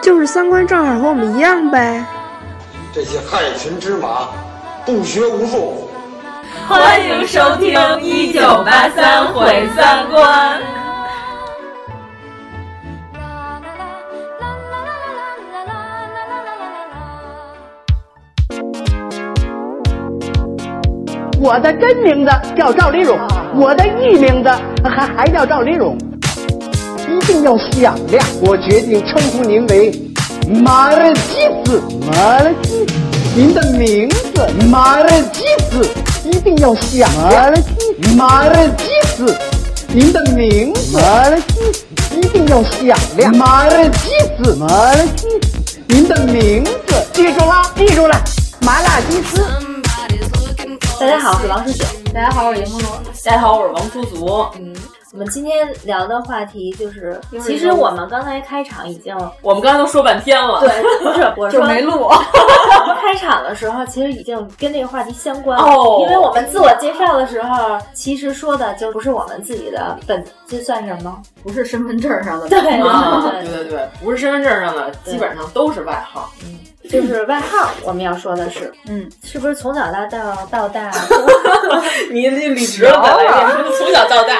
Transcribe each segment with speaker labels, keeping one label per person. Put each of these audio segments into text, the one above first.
Speaker 1: 就是三观正好和我们一样呗。
Speaker 2: 这些害群之马，不学无术。
Speaker 3: 欢迎收听《一九八三毁三观》。
Speaker 4: 我的真名字叫赵丽蓉，我的艺名字还还叫赵丽蓉。一定要响亮！我决定称呼您为马尔基子，马尔基子。您的名字马尔基子，一定要响亮！马尔基子，您的名字马尔基子，一定要响亮！马尔基子，马尔基子，您的名字记住了，记住了，麻辣鸡丝。
Speaker 3: 大家好，我是王十九。
Speaker 5: 大家好，我是严梦露。
Speaker 3: 大家好，我是王苏足。
Speaker 5: 嗯，我们今天聊的话题就是，其实我们刚才开场已经，
Speaker 3: 我们刚才都说半天了。
Speaker 5: 对，不是，我
Speaker 3: 就没录。
Speaker 5: 我们开场的时候其实已经跟这个话题相关了，
Speaker 3: 哦、
Speaker 5: 因为我们自我介绍的时候，其实说的就不是我们自己的本，这算什么？
Speaker 3: 不是身份证上的
Speaker 5: 对
Speaker 3: 对对对，不是身份证上的，基本上都是外号。
Speaker 5: 嗯。就是外号，我们要说的是，
Speaker 3: 嗯，
Speaker 5: 是不是从小到大到 大？
Speaker 3: 你你理直了，从小到大，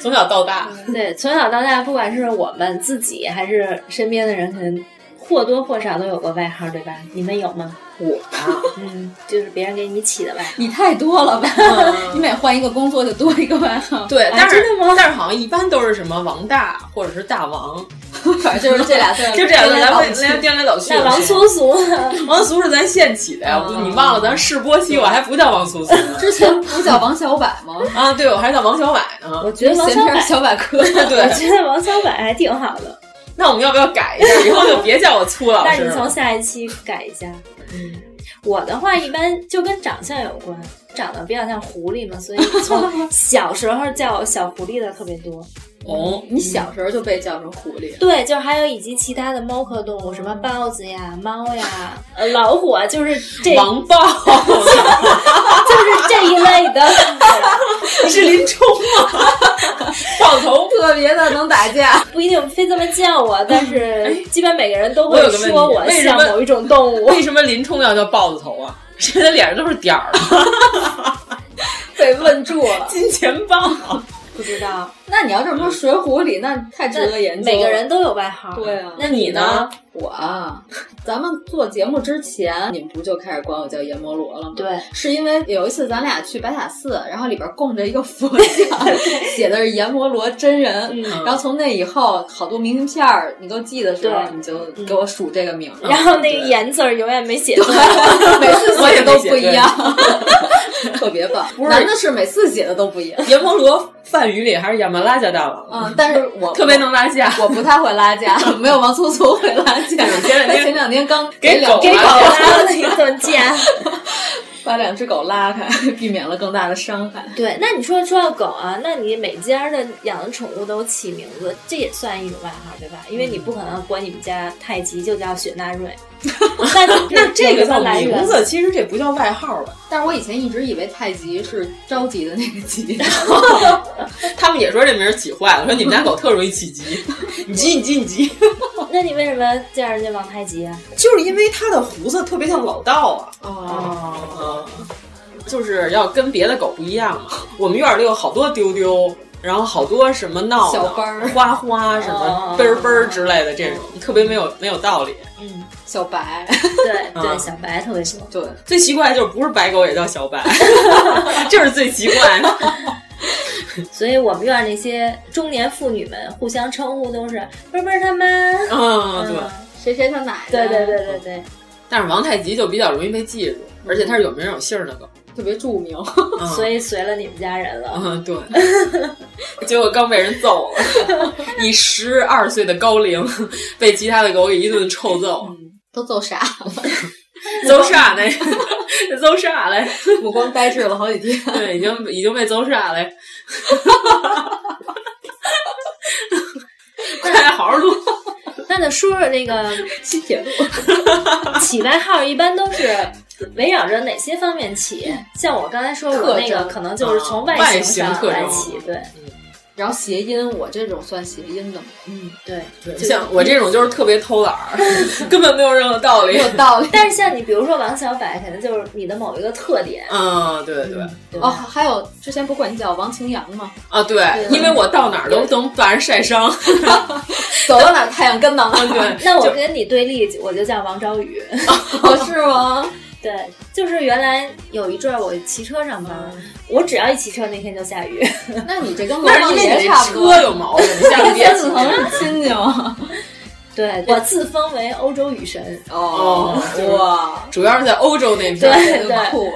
Speaker 3: 从小到大，
Speaker 5: 对，从小到大，不管是我们自己还是身边的人，可能或多或少都有过外号，对吧？你们有吗？
Speaker 3: 我啊，
Speaker 5: 嗯，就是别人给你起的外号。
Speaker 6: 你太多了吧？你每换一个工作就多一个外号。
Speaker 3: 对，但
Speaker 5: 是
Speaker 3: 但是好像一般都是什么王大或者是大王，
Speaker 6: 反正就是这俩字，
Speaker 3: 就这俩字来回来颠来倒去。
Speaker 5: 那王苏 苏，
Speaker 3: 王苏是咱现起的呀，你忘了咱试播期我还不叫王苏苏呢。
Speaker 6: 之前不是叫王小柏吗？
Speaker 3: 啊，对，我还叫王小柏 呢。
Speaker 5: 我觉得王小柏
Speaker 6: 小百 科，
Speaker 3: 对，
Speaker 5: 我觉得王小柏还挺好的。
Speaker 3: 那我们要不要改一下？以后就别叫我粗老
Speaker 5: 师。那你从下一期改一下。嗯，我的话一般就跟长相有关，长得比较像狐狸嘛，所以 从小时候叫小狐狸的特别多。
Speaker 3: 哦，
Speaker 6: 你小时候就被叫成狐狸？
Speaker 5: 对，就还有以及其他的猫科动物，什么豹子呀、猫呀、呃老虎啊，就是这
Speaker 3: 嗯王豹，
Speaker 5: 就是这一类 的。
Speaker 3: 你是林冲吗？豹头
Speaker 6: 特别的能打架，
Speaker 5: 不一定非这么叫我，但是基本每个人都会说我像某一种 动物。
Speaker 3: 为什么林冲要叫豹子头啊？谁的脸上都是点儿？
Speaker 6: 被问住了，
Speaker 3: 金钱豹。
Speaker 5: 不知道，
Speaker 6: 那你要这么说，《水浒》里嗯那太值得研究。
Speaker 5: 每个人都有外号，
Speaker 6: 对啊。
Speaker 5: 那你
Speaker 6: 呢？我啊， 咱们做节目之前，你们不就开始管我叫阎摩罗了吗？
Speaker 5: 对，
Speaker 6: 是因为有一次咱俩去白塔寺，然后里边供着一个佛 像，写的是阎摩罗真人。嗯、然后从那以后，好多明信片儿你都记得时候，你就给我数这个名。
Speaker 5: 然后那个“阎”字永远没写对，
Speaker 6: 每次写的都不一样，特别棒。男嗯的是每次写的都不一样。
Speaker 3: 阎摩罗梵语里还是亚麻拉加大王。
Speaker 6: 嗯，但是我
Speaker 3: 特别能拉架，
Speaker 6: 我不太会拉架，没有王粗粗会拉。
Speaker 3: 前两天，
Speaker 6: 前两天刚
Speaker 3: 给
Speaker 6: 狗
Speaker 5: 给狗啊拉了一顿架，
Speaker 6: 把两只狗拉开，避免了更大的伤害。
Speaker 5: 对，那你说说到狗啊，那你每家的养的宠物都起名字，这也算一种外号，对吧？因为你不可能管你们家泰迪就叫雪纳瑞。那
Speaker 3: 那这个
Speaker 5: 叫
Speaker 3: 名字，其实这不叫外号吧？
Speaker 6: 但是我以前一直以为太极是着急的那个急。
Speaker 3: 他们也说这名儿起坏了，说你们家狗特容易起急， 你急你急你急。
Speaker 5: 那你为什么叫人家王太极啊？
Speaker 3: 就是因为他的胡子特别像老道
Speaker 6: 啊。哦、
Speaker 3: 嗯，就是要跟别的狗不一样嘛。我们院里有好多丢丢。然后好多什么闹
Speaker 6: 小班儿、哦
Speaker 3: 花花什么奔儿奔儿之类的这种，特别没有没有道理。
Speaker 5: 嗯，
Speaker 6: 小白，
Speaker 5: 对
Speaker 3: 嗯
Speaker 5: 对，小白特别多。
Speaker 6: 对，
Speaker 3: 最奇怪就是不是白狗也叫小白， 这是最奇怪的。
Speaker 5: 所以我们院那些中年妇女们互相称呼都是奔奔他妈，
Speaker 3: 嗯，对，
Speaker 6: 谁谁他奶奶，
Speaker 5: 对对对对对。
Speaker 3: 但是王太极就比较容易被记住，而且他是有名有姓的狗。
Speaker 6: 特别著名，
Speaker 5: 所以随了你们家人了。
Speaker 3: 嗯，对。 结果刚被人揍 了，以十二岁的高龄被其他的狗给一顿臭揍，
Speaker 6: 都揍傻了，
Speaker 3: 揍傻 嘞，揍傻 嘞，
Speaker 6: 目光呆滞了好几天。
Speaker 3: 对，已经已经被揍傻 嘞。快点好好录，
Speaker 5: 那得说说 那个
Speaker 6: 新铁路，
Speaker 5: 起外号一般都是围绕着哪些方面起？像我刚才说，我那
Speaker 6: 特
Speaker 5: 个
Speaker 6: 征
Speaker 5: 可能就是从
Speaker 3: 啊外
Speaker 5: 外
Speaker 3: 形
Speaker 5: 形上
Speaker 3: 特征
Speaker 5: 来起，对
Speaker 6: 然后谐音，我这种算谐音的吗？
Speaker 5: 对。
Speaker 3: 对像我这种就是特别偷懒 儿，根本没有任何道理
Speaker 6: 没。有道理。
Speaker 5: 但是像你，比如说王小柏，肯定就是你的某一个特点，
Speaker 3: 嗯，对对对，
Speaker 5: 对
Speaker 6: 哦，
Speaker 5: 吧？
Speaker 6: 还有之前不管你叫王晴阳吗？
Speaker 3: 啊对，因为我到哪儿都能把人晒伤。
Speaker 6: 走到哪儿太阳跟到哪 儿，
Speaker 3: 啊对，
Speaker 5: 那我跟你对立，我就叫王昭宇。
Speaker 6: 哦是吗？
Speaker 5: 对，就是原来有一阵儿我骑车上班，
Speaker 6: 嗯
Speaker 5: 我只要一骑车那天就下雨。
Speaker 6: 那你这跟 罗
Speaker 3: 那是
Speaker 6: 胖
Speaker 3: 因为
Speaker 6: 爷
Speaker 3: 你
Speaker 6: 差
Speaker 3: 这
Speaker 6: 不多
Speaker 3: 车。有毛病，你下次
Speaker 6: 跟
Speaker 3: 别
Speaker 6: 三
Speaker 3: 骑
Speaker 6: 子
Speaker 3: 了。
Speaker 6: 腾是亲戚吗？
Speaker 5: 对我自封为欧洲雨神，
Speaker 6: 哦
Speaker 3: 就是
Speaker 6: 哇，
Speaker 3: 主要是在欧洲那片儿，
Speaker 5: 哦对
Speaker 6: 真
Speaker 5: 对。
Speaker 6: 酷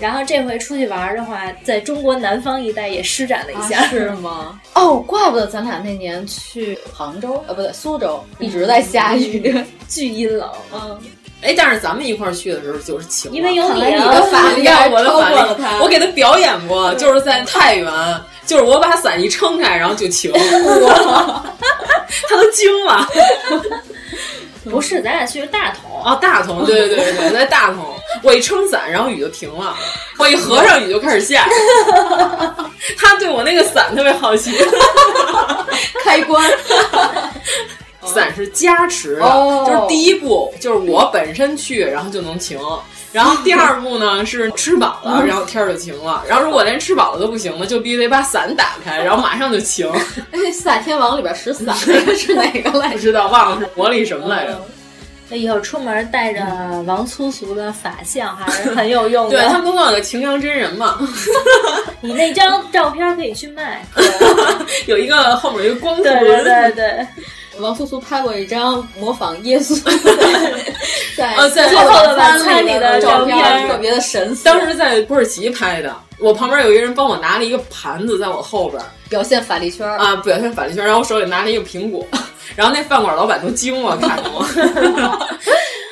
Speaker 5: 然后这回出去玩儿的话，在中国南方一带也施展了一下。
Speaker 6: 啊是吗？哦，怪不得咱俩那年去杭州，呃，不对，苏州一直在下雨，巨阴冷。嗯，
Speaker 3: 哎，但是咱们一块儿去的时候就是晴了，
Speaker 5: 因为有
Speaker 6: 看来
Speaker 5: 啊
Speaker 6: 你的法力
Speaker 3: 你看我的
Speaker 6: 超
Speaker 3: 反
Speaker 6: 过了
Speaker 3: 应，
Speaker 6: 他。
Speaker 3: 我给他表演
Speaker 5: 嗯
Speaker 3: 过，就是在太原，就是我把伞一撑开，然后就 晴，哇他都惊了。
Speaker 5: 不是，咱俩去的大同，
Speaker 3: 哦，大同，对对对对，在大同，我一撑伞，然后雨就停了，我一合上雨就开始下。 他对我那个伞特别好奇，
Speaker 6: 开关，
Speaker 3: 伞是加持的，
Speaker 6: 哦
Speaker 3: 就是第一步就是我本身去，然后就能晴。然后第二步呢是吃饱了，然后天儿就晴了。然后如果连吃饱了都不行呢，就必须得把伞打开，然后马上就晴。
Speaker 6: 那四大哎天王里边使伞的是哪个来
Speaker 3: 不
Speaker 6: 着？
Speaker 3: 知道忘了是魔力什
Speaker 6: 嗯
Speaker 3: 么来着？
Speaker 5: 那以后出门带着王粗俗的法相还是很有用的。
Speaker 3: 对他们都弄了个晴阳真人嘛，
Speaker 5: 你那张照片可以去 卖。
Speaker 3: 有一个后面有一个光 头
Speaker 5: 对对对
Speaker 3: 人，
Speaker 5: 对，
Speaker 6: 王素素拍过一张模仿耶稣在
Speaker 3: 呃在
Speaker 6: 做
Speaker 5: 做的晚
Speaker 6: 餐
Speaker 5: 餐
Speaker 6: 里
Speaker 5: 里的
Speaker 6: 照
Speaker 5: 照
Speaker 6: 片，
Speaker 5: 片
Speaker 6: 特别的神似，
Speaker 3: 当时在土耳其拍的。我旁边有一个人帮我拿了一个盘子，在我后边儿
Speaker 6: 表现 法力圈儿，
Speaker 3: 啊，表现法律圈，然后我手里拿了一个苹果， 然后那饭馆老板都惊了，看着我。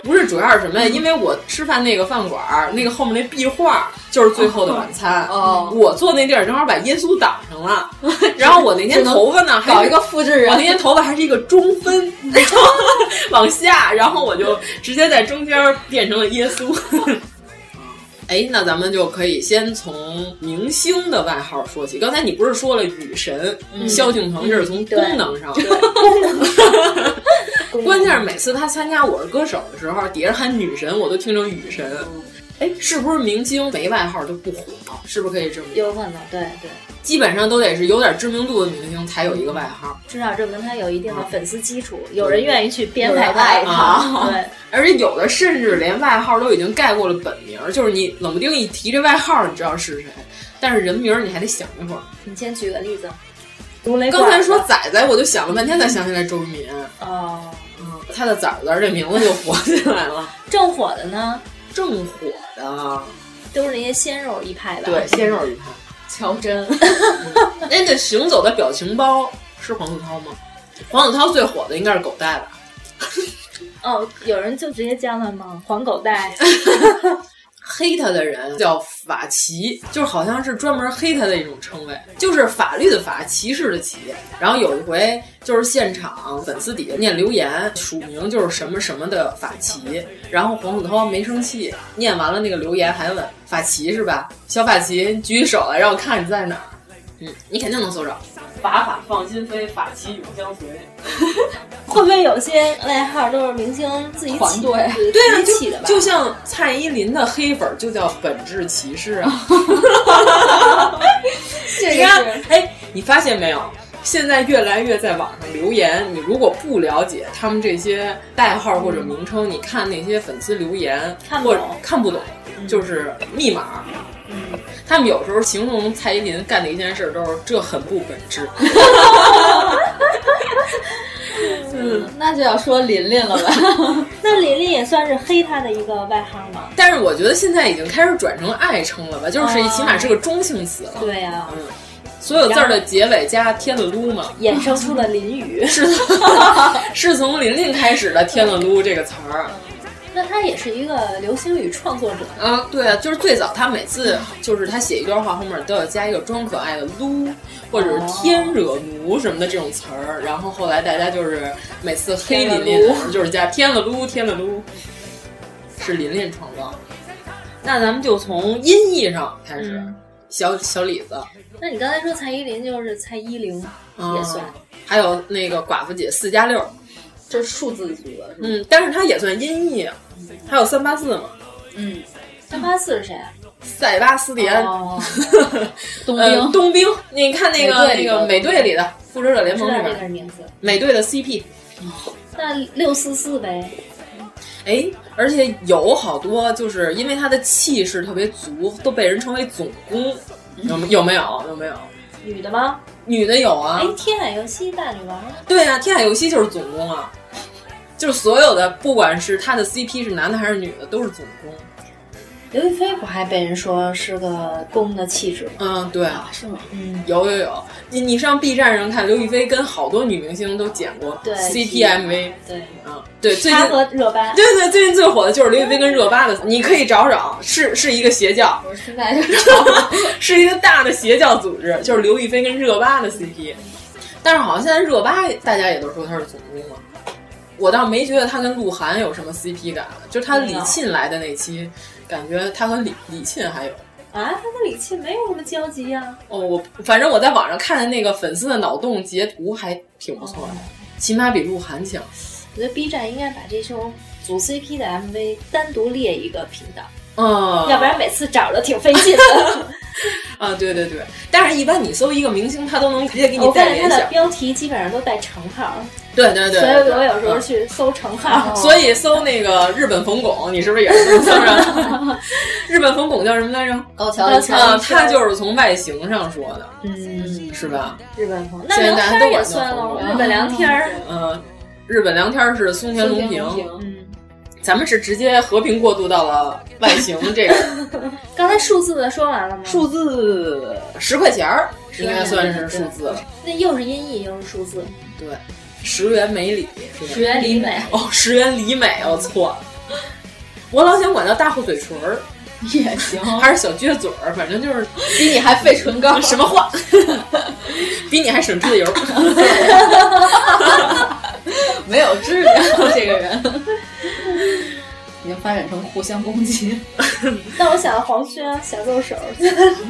Speaker 3: 不是，主要是什
Speaker 6: 嗯
Speaker 3: 么呀？因为我吃饭那个饭馆儿，那个后面那壁画就是《最后的晚餐》
Speaker 6: 哦
Speaker 3: 我坐那地儿正好把耶稣挡上 了，然后我那天
Speaker 6: 只能
Speaker 3: 头发呢，还
Speaker 6: 搞
Speaker 3: 是
Speaker 6: 一个复制
Speaker 3: 我那
Speaker 6: 人，
Speaker 3: 天头发还是一个中分，然后 往下，然后我就直接在中间变成了耶稣。 哎，那咱们就可以先从明星的外号说起。刚才你不是说了雨神、萧敬腾，这是从功能上。 关键是每次他参加《我是歌手》的时候，底下喊女神，我都听成雨神。哎，是不是明星没外号就不火？是不是可以这么？
Speaker 5: 有可能，对对，
Speaker 3: 基本上都得是有点知名度的明星才有一个外号。
Speaker 5: 至少证明他有一定的粉丝基础，有人愿意去编排
Speaker 6: 爱
Speaker 5: 他。
Speaker 6: 他，
Speaker 5: 对，
Speaker 3: 而且有的甚至连外号都已经盖过了本名，就是你冷不丁一提这外号，你知道是谁，但是人名你还得想一会儿。
Speaker 5: 你先举个例子。如雷贯
Speaker 3: 刚
Speaker 5: 耳
Speaker 3: 才说仔仔，我就想了半天才想起来周渝民，
Speaker 5: 哦，
Speaker 3: 嗯，他的崽儿崽儿这名字就火起来了，
Speaker 5: 正火的呢，
Speaker 3: 正火的，
Speaker 5: 都是那些鲜肉一派的。
Speaker 3: 对，鲜肉一派。
Speaker 6: 乔真，
Speaker 3: 那个行走的表情包是黄子韬吗？黄子韬最火的应该是狗带吧？
Speaker 5: 哦，有人就直接叫他吗？黄狗带。
Speaker 3: 黑他的人叫法旗，就是好像是专门黑他的一种称谓，就是法律的法，歧视的歧。然后有一回就是现场粉丝底下念留言，署名就是什么什么的法旗，然后黄子韬没生气，念完了那个留言还问法旗是吧？小法旗举手来让我看你在哪儿。嗯，你肯定能搜着。法法放心飞，法旗永相随。
Speaker 5: 会不会有些外号都是明星自己
Speaker 6: 团
Speaker 5: 起
Speaker 6: 队
Speaker 5: 对
Speaker 3: 对啊，
Speaker 5: 自己起的吧？
Speaker 3: 就就像蔡依林的黑粉儿就叫本质歧视 啊。
Speaker 6: 这
Speaker 3: 你
Speaker 6: 个
Speaker 3: 看
Speaker 6: 是，
Speaker 3: 哎，你发现没有？现在越来越在网上留言，你如果不了解他们这些代号或者名称，你看那些粉丝留言，
Speaker 5: 嗯看不
Speaker 3: 或者
Speaker 5: 懂嗯
Speaker 3: 看不懂，就是密码。他们有时候形容蔡依林干的一件事，都是这很不本质。
Speaker 6: 嗯那那就要说琳琳了吧？
Speaker 5: 那琳琳也算是黑他的一个外号吗？
Speaker 3: 但是我觉得现在已经开始转成爱称了吧，就是起码
Speaker 5: 哦
Speaker 3: 是个中性词了。
Speaker 5: 对啊呀、
Speaker 3: 嗯，所有字儿的结尾加天了噜嘛，
Speaker 5: 衍生出了淋雨。
Speaker 3: 是 从是从琳琳开始的“天了噜”这个词儿。
Speaker 5: 那他也是一个流行语创作者。
Speaker 3: 啊，对啊，就是最早他每次就是他写一段话后面都要加一个装可爱的撸，或者是
Speaker 6: 哦
Speaker 3: 天惹奴什么的这种词儿，然后后来大家就是每次黑琳琳的时候就是加天了撸天了撸，是琳琳创造的。那咱们就从音译上开始，
Speaker 5: 嗯
Speaker 3: 小小李子
Speaker 5: 那你刚才说蔡依林就是蔡依林，
Speaker 6: 哦
Speaker 5: 也算
Speaker 3: 啊。还有那个寡妇姐四加六，
Speaker 6: 这是数字组的，
Speaker 3: 嗯，但是它也算音译啊，还有三八四嘛，
Speaker 6: 嗯，
Speaker 5: 三八四是谁啊？
Speaker 3: 塞巴斯蒂安，
Speaker 5: 哦
Speaker 6: 冬兵
Speaker 3: 呃，冬兵，你看那个那
Speaker 6: 美队里
Speaker 3: 个
Speaker 6: 的
Speaker 3: 美队里的复仇者
Speaker 5: 我
Speaker 3: 联
Speaker 5: 知
Speaker 3: 盟
Speaker 5: 道
Speaker 3: 里
Speaker 5: 这个
Speaker 3: 边，
Speaker 5: 名字。
Speaker 3: 美队的 CP，
Speaker 5: 那六四四呗，
Speaker 3: 哎，而且有好多就是因为他的气势特别足，都被人称为总攻，
Speaker 6: 嗯
Speaker 3: 有没有没有有没有？
Speaker 5: 女的吗？
Speaker 3: 女的有啊
Speaker 5: 哎，，天海游戏大女王，
Speaker 3: 对啊，天海游希就是总攻啊，就是所有的不管是他的 CP 是男的还是女的都是总攻，
Speaker 5: 刘亦菲不还被人说是个公的气质吗？
Speaker 3: 嗯，对。
Speaker 6: 是吗？
Speaker 5: 嗯，
Speaker 3: 有有有，你你上 B 站上看，刘亦菲跟好多女明星都剪过
Speaker 5: 对
Speaker 3: CPMV，
Speaker 5: 对，
Speaker 3: 啊，对，最近
Speaker 5: 她和热巴。
Speaker 3: 对对，最近最火的就是刘亦菲跟热巴的，你可以找找，是是一个邪教，
Speaker 6: 我现在就知道了
Speaker 3: 是一个大的邪教组织，就是刘亦菲跟热巴的 CP。但是好像现在热巴大家也都说她是总攻了，我倒没觉得她跟鹿晗有什么 CP 感，就是她李沁来的那期，感觉她和李李沁还有。
Speaker 5: 啊，他跟李沁没有什么交集啊呀、
Speaker 3: 哦，我反正我在网上看的那个粉丝的脑洞截图还挺不错
Speaker 5: 哦
Speaker 3: 的，起码比鹿晗强。
Speaker 5: 我觉得 B 站应该把这种组 CP 的 MV 单独列一个频道，
Speaker 3: 嗯，
Speaker 5: 要不然每次找着挺费劲的。
Speaker 3: 啊，对对对，但是一般你搜一个明星，他都能直接给你
Speaker 5: 哦我
Speaker 3: 带
Speaker 5: 看
Speaker 3: 联
Speaker 5: 它的
Speaker 3: 想。
Speaker 5: 标题基本上都带乘号，
Speaker 3: 对对对，
Speaker 5: 所以我有时候
Speaker 3: 嗯
Speaker 5: 去搜乘号。
Speaker 3: 所以搜那个日本冯巩，你是不是也是这么搜上的？ 日本冯巩叫什么来着？
Speaker 6: 高桥
Speaker 5: 高
Speaker 6: 一
Speaker 5: 桥
Speaker 6: 生
Speaker 3: 啊，他就是从外形上说的，
Speaker 5: 嗯，
Speaker 3: 是吧？
Speaker 5: 日本风，那
Speaker 3: 现在
Speaker 5: 聊
Speaker 3: 大家
Speaker 5: 天
Speaker 3: 都
Speaker 5: 儿也
Speaker 3: 管叫
Speaker 5: 算
Speaker 3: 冯
Speaker 5: 喽，
Speaker 3: 巩
Speaker 5: 日本聊天儿。
Speaker 3: 嗯，日本凉天儿是松田
Speaker 6: 孙
Speaker 3: 龙
Speaker 6: 天
Speaker 3: 平，
Speaker 6: 龙平，
Speaker 5: 嗯，
Speaker 3: 咱们是直接和平过渡到了外形这个
Speaker 5: 刚才数字的说完了吗？
Speaker 3: 数字十块钱儿，应该算是
Speaker 6: 对
Speaker 3: 数字了。
Speaker 5: 那又是音译又是数字，
Speaker 3: 对，十元美里是吧
Speaker 5: 十元里美。
Speaker 3: 哦， 十元里美，我错了。我老想管叫大厚嘴唇儿，
Speaker 6: 也行，
Speaker 3: 还是小撅嘴儿，反正就是
Speaker 6: 比你还费唇膏，
Speaker 3: 什么话， 比你还省出的油。
Speaker 6: 没有质量，这个人已经发展成互相攻击。
Speaker 5: 但我想到黄轩小肉手，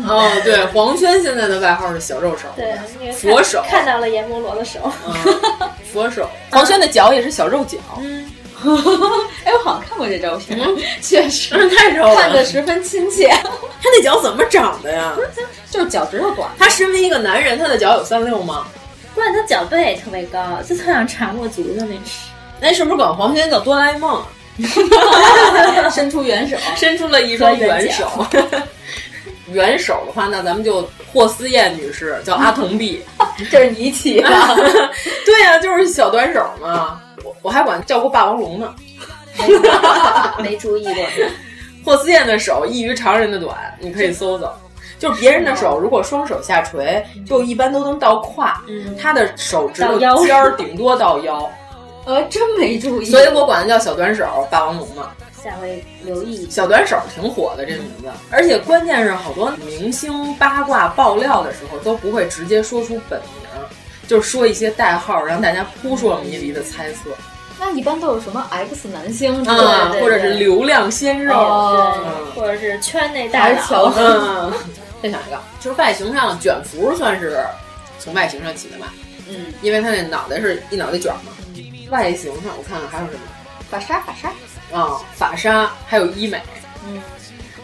Speaker 3: 哦，对，黄轩现在的外号是小肉手，
Speaker 5: 对，因为看
Speaker 3: 佛手
Speaker 5: 看到了阎摩罗的 手，
Speaker 3: 嗯，佛手。黄轩的脚也是小肉脚，
Speaker 6: 哎，我好像看过这照片，确实
Speaker 3: 嗯，太肉了。
Speaker 6: 看着十分亲切，
Speaker 3: 他那脚怎么长的呀？
Speaker 6: 就是脚趾头短。
Speaker 3: 他身为一个男人，他的脚有三六吗？
Speaker 5: 怪他脚背特别高，就特像长过足的那种。
Speaker 3: 那哎是不是管黄轩叫哆啦 A 梦？啊
Speaker 6: 伸出援手，
Speaker 3: 伸出了一双援手。 援手的话，那咱们就霍思燕女士叫阿童碧，
Speaker 6: 这是你起的，
Speaker 3: 对呀、就是小短手嘛。我我还管叫过霸王龙呢。
Speaker 5: 没注意过。
Speaker 3: 霍思燕的手异于常人的短，你可以搜搜。就是别人的手，如果双手下垂，就一般都能到胯，
Speaker 5: 嗯
Speaker 3: 她的手指头
Speaker 5: 到腰
Speaker 3: 尖儿顶多到 腰，
Speaker 6: 呃，真没注意。
Speaker 3: 所以我管它叫小短手霸王龙嘛。
Speaker 5: 下回留意一下。
Speaker 3: 小短手挺火的这名字，而且关键是好多明星八卦爆料的时候都不会直接说出本名，就是说一些代号，让大家扑朔迷离的猜测
Speaker 6: 那一般都是什么 X 男星之类
Speaker 3: 啊，
Speaker 6: 的，
Speaker 5: 对
Speaker 3: 或者是流量鲜肉。
Speaker 6: 哦，
Speaker 3: 嗯
Speaker 5: 对，或者是圈内大
Speaker 6: 还
Speaker 5: 佬
Speaker 6: 是乔治。
Speaker 3: 嗯， 再想一个，就是外形上卷福算是从外形上起的吧，
Speaker 6: 嗯，
Speaker 3: 因为他那脑袋是一脑袋卷嘛。外形上我看看还有什么
Speaker 6: 法沙法沙，
Speaker 3: 啊，法沙还有医美，
Speaker 6: 嗯，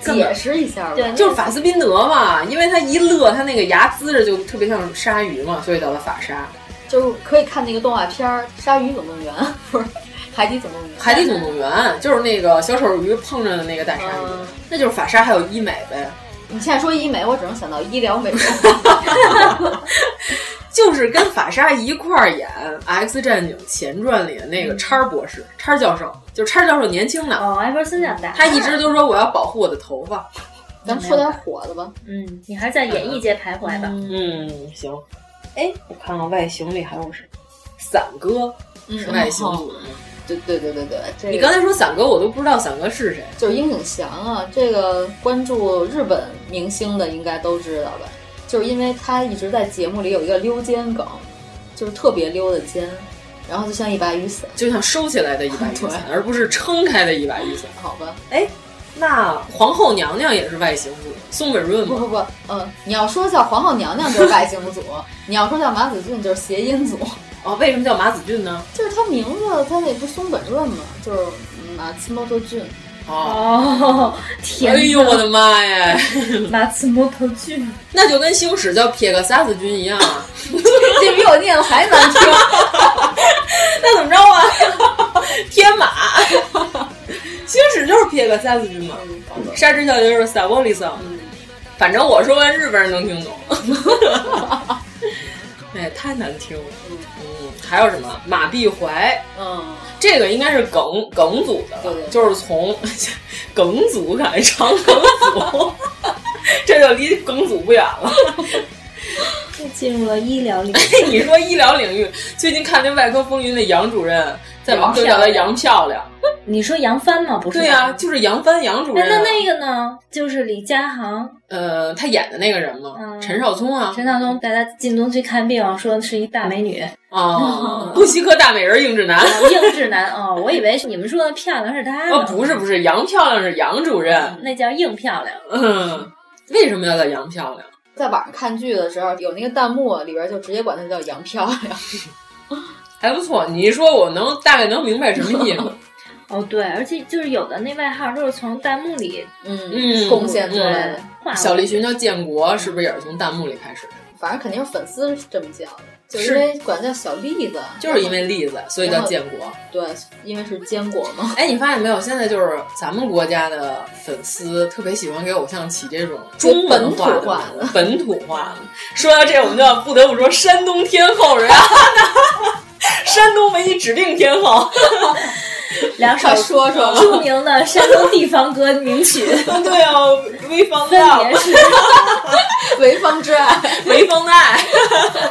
Speaker 3: 根本
Speaker 6: 解释一下吧。
Speaker 5: 对，
Speaker 3: 就是法斯宾德嘛，因为他一乐，他那个牙呲着就特别像鲨鱼嘛，所以叫他法鲨。
Speaker 6: 就是可以看那个动画片儿《鲨鱼总动员》，不是《海底总动员》。
Speaker 3: 海底总动员就是那个小丑鱼碰着的那个大鲨鱼，
Speaker 6: 嗯
Speaker 3: 那就是法鲨还有医美呗。
Speaker 6: 你现在说医美，我只能想到医疗美容。
Speaker 3: 就是跟法鲨一块儿演《X 战警前传》里的那个叉儿博士、叉儿教授，就叉儿教授年轻呢，
Speaker 5: 哦，艾弗森长大，
Speaker 3: 他一直就说我要保护我的头发。
Speaker 6: 咱说点火的吧。
Speaker 5: 嗯，你还是在演艺界徘徊吧。
Speaker 3: 嗯，行。哎，我看看外形里还有谁？伞哥是外形组的吗？
Speaker 6: 对对对对对，这个、
Speaker 3: 你刚才说伞哥，我都不知道伞哥是谁。
Speaker 6: 就是樱井翔啊，这个关注日本明星的应该都知道吧？就是因为他一直在节目里有一个溜肩梗，就是特别溜的肩，然后就像一把雨伞，
Speaker 3: 就像收起来的一把雨伞，而不是撑开的一把雨伞。
Speaker 6: 好吧？
Speaker 3: 哎，那皇后娘娘也是外形组，松本润
Speaker 6: 不
Speaker 3: 吗？
Speaker 6: 不不，嗯，你要说叫皇后娘娘就是外形组， 你要说叫马子俊就是谐音组，
Speaker 3: 哦，为什么叫马子俊呢？
Speaker 6: 就是他名字他那不是松本润嘛，就是嗯马次莫多俊，
Speaker 3: 哦，
Speaker 5: 哦，天
Speaker 3: 哎
Speaker 5: 哪！
Speaker 3: 呦我的妈呀！
Speaker 5: 马刺摩托剧，
Speaker 3: 那就跟星矢叫撇个萨子君一样啊！
Speaker 6: 这比我念的还难听。
Speaker 3: 那怎么着啊？ 天马，星矢就是撇个萨子君嘛，沙之教就是萨波利萨。反正我说完日本人能听懂。 哎，太难听了。嗯，还有什么马必怀？
Speaker 6: 嗯，
Speaker 3: 这个应该是梗梗组的了，
Speaker 6: 对对
Speaker 3: 就是从 梗组改成梗组， 这就离梗组不远了。
Speaker 5: 又进入了医疗领域。
Speaker 3: 你说医疗领域，最近看那《外科风云》的杨主任，在网上叫他杨漂亮。
Speaker 5: 你说杨帆吗？不是吧？
Speaker 3: 对啊呀、就是杨帆杨主
Speaker 5: 那
Speaker 3: 任啊。
Speaker 5: 那那个呢？就是李佳航、
Speaker 3: 呃，他演的那个人嘛，
Speaker 5: 嗯
Speaker 3: 陈少聪啊，
Speaker 5: 陈道东，大家进东区看病，说是一大美女，
Speaker 3: 啊，不稀客大美人硬指南。
Speaker 5: 哦硬质男哦，我以为是你们说的漂亮是她呢，
Speaker 3: 啊，不是不是，杨漂亮是杨主任。
Speaker 5: 那叫硬漂亮。
Speaker 3: 嗯，为什么要叫杨漂亮？
Speaker 6: 在网上看剧的时候，有那个弹幕啊里边就直接管她叫“杨漂亮
Speaker 3: 还不错，你一说我能大概能明白什么 意思。
Speaker 5: 哦，对，而且就是有的那外号都是从弹幕里”，
Speaker 3: 嗯
Speaker 6: 贡献出来
Speaker 5: 对
Speaker 6: 的，
Speaker 5: 画过
Speaker 3: 小栗旬叫建国，是不是也是从弹幕里开始的？
Speaker 6: 反正肯定是粉丝是这么叫的，就是
Speaker 3: 是
Speaker 6: 因为管她叫小栗子，
Speaker 3: 就是因为栗子，所以叫建国。
Speaker 6: 对，因为是坚果嘛。
Speaker 3: 哎，你发现没有？现在就是咱们国家的粉丝特别喜欢给偶像起这种中文化
Speaker 6: 本土化的
Speaker 3: 名字本土化的。 说到这，我们就要不得不说山东天后人，啊 山东文艺指定天后。
Speaker 5: 两首
Speaker 6: 快说说吧
Speaker 5: 著名的山东地方歌 名曲，
Speaker 3: 对哦，潍坊
Speaker 5: 分别
Speaker 3: 的
Speaker 5: 是
Speaker 6: 潍坊之爱，
Speaker 3: 潍坊爱，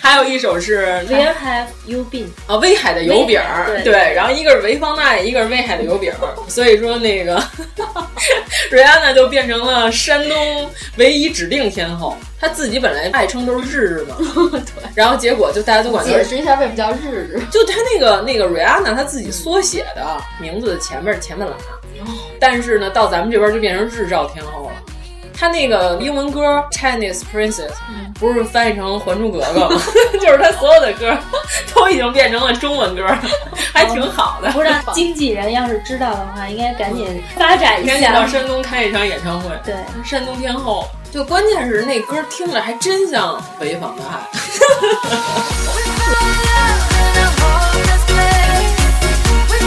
Speaker 3: 还有一首是
Speaker 5: Where Have You Been？
Speaker 3: 啊，威海的油饼
Speaker 5: 威
Speaker 3: 儿
Speaker 5: 海，对
Speaker 3: 然后一个是潍坊奈，一个是威海的油饼儿，所以说那个 瑞安娜就变成了山东唯一指定天后，她自己本来爱称都是日日 嘛，然后结果就大家都管她
Speaker 6: 解，释一下为什么叫日日。
Speaker 3: 就她那个那个瑞安娜她自己缩写的名字的前面是前半拉，但是呢，到咱们这边就变成日照天后了。她那个英文歌《Chinese Princess》不是翻译成《还珠格 格》吗？就是她所有的歌都已经变成了中文歌了，还挺好的。
Speaker 5: 哦不知道经纪人要是知道的话，应该赶紧发展一
Speaker 3: 赶紧到
Speaker 5: 下。
Speaker 3: 山东开一场演唱会，
Speaker 5: 对，
Speaker 3: 山东天后。就关键是那歌听着还真像潍坊的爱。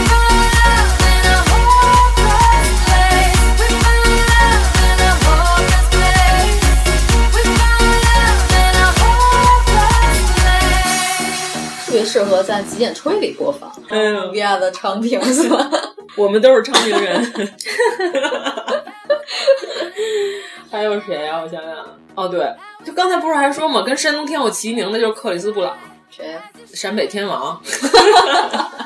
Speaker 6: 特别适合在极简吹里播放。
Speaker 3: 嗯
Speaker 6: 嗯，亚的长亭是吧？
Speaker 3: 我们都是昌平人。还有谁啊？我想想，啊，哦对，就刚才不是还说嘛，跟山东天后齐名的就是克里斯布朗，
Speaker 6: 谁？啊
Speaker 3: 陕北天王。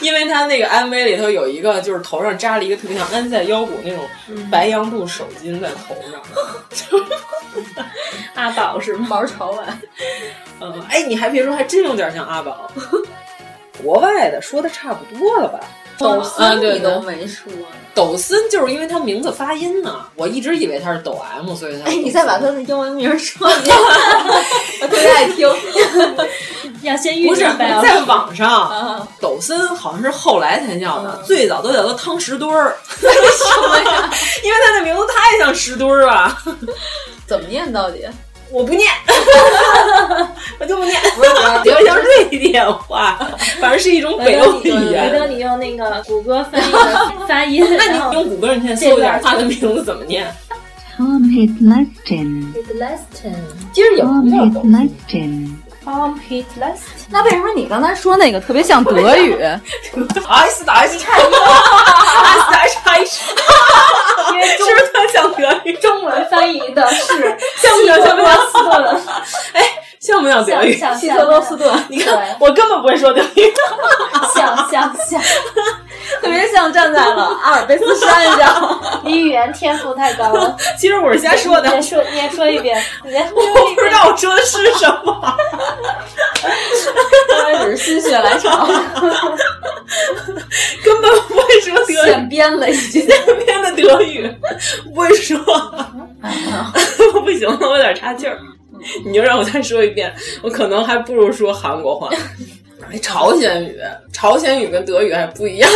Speaker 3: 因为他那个 MV 里头有一个，就是头上扎了一个特别像安塞腰鼓那种白杨布手巾在头上，
Speaker 5: 阿宝是吗？
Speaker 6: 毛朝晚。
Speaker 3: 嗯，哎，你还别说，还真有点像阿宝。国外的说的差不多了吧？
Speaker 6: 抖
Speaker 3: 啊，
Speaker 6: 森
Speaker 3: 对
Speaker 6: 你都
Speaker 3: 对，
Speaker 6: 没说。
Speaker 3: 抖森就是因为他名字发音呢，我一直以为他是抖 M，所以他。
Speaker 6: 哎，你再把他的英文名说一遍， 我特别爱 听。
Speaker 5: 要先预
Speaker 3: 不是
Speaker 5: 热吧。要
Speaker 3: 在网上，
Speaker 6: 啊，
Speaker 3: 抖森好像是后来才叫的，最早都叫他汤石墩 儿，为什么呀？因为他的名字太像石墩儿啊了，
Speaker 6: 怎么念到底？啊
Speaker 3: 我不念， 我就不念，
Speaker 6: 不是不是
Speaker 3: 有点像瑞典话，反正是一种
Speaker 5: 维
Speaker 3: 北
Speaker 5: 德
Speaker 3: 欧
Speaker 5: 你
Speaker 3: 语
Speaker 5: 用维德
Speaker 3: 言。
Speaker 5: 你用那个谷歌翻译的发音，
Speaker 3: 那
Speaker 5: 然 后
Speaker 3: 你用谷歌，你现在搜一下他的名字怎么念？
Speaker 7: Tom Hiddleston。
Speaker 5: Hiddleston，
Speaker 3: 今儿有
Speaker 7: Tom
Speaker 3: 一样东西
Speaker 7: Hiddleston。
Speaker 3: Tom Hiddleston，
Speaker 6: 那为什么你刚才说那个特别像德语？
Speaker 3: S 打 S 差一个，S 打 S 差一个，因为是不是特像德语？
Speaker 5: 中文翻译的是
Speaker 3: 像不像
Speaker 5: 希特勒斯顿？
Speaker 3: 像不像德语？
Speaker 5: 像像
Speaker 3: 希特勒斯顿，你看
Speaker 5: 对
Speaker 3: 我根本不会说德语。
Speaker 5: 像像像，
Speaker 6: 特别像站在了阿尔卑斯山上。
Speaker 5: 你语言天赋太高了。
Speaker 3: 其实我是瞎说的
Speaker 5: 你，再说，你再说一遍，你再说
Speaker 3: 我
Speaker 5: 一
Speaker 3: 不知
Speaker 5: 遍。
Speaker 3: 道我说的是什么。
Speaker 6: 刚开始心血来潮，
Speaker 3: 根本不会说德语，
Speaker 6: 现编了一句。
Speaker 3: 那边的德语不会说，啊 不行了，我有点岔气儿。你就让我再说一遍，我可能还不如说韩国话。 哎，朝鲜语，朝鲜语跟德语还不一样。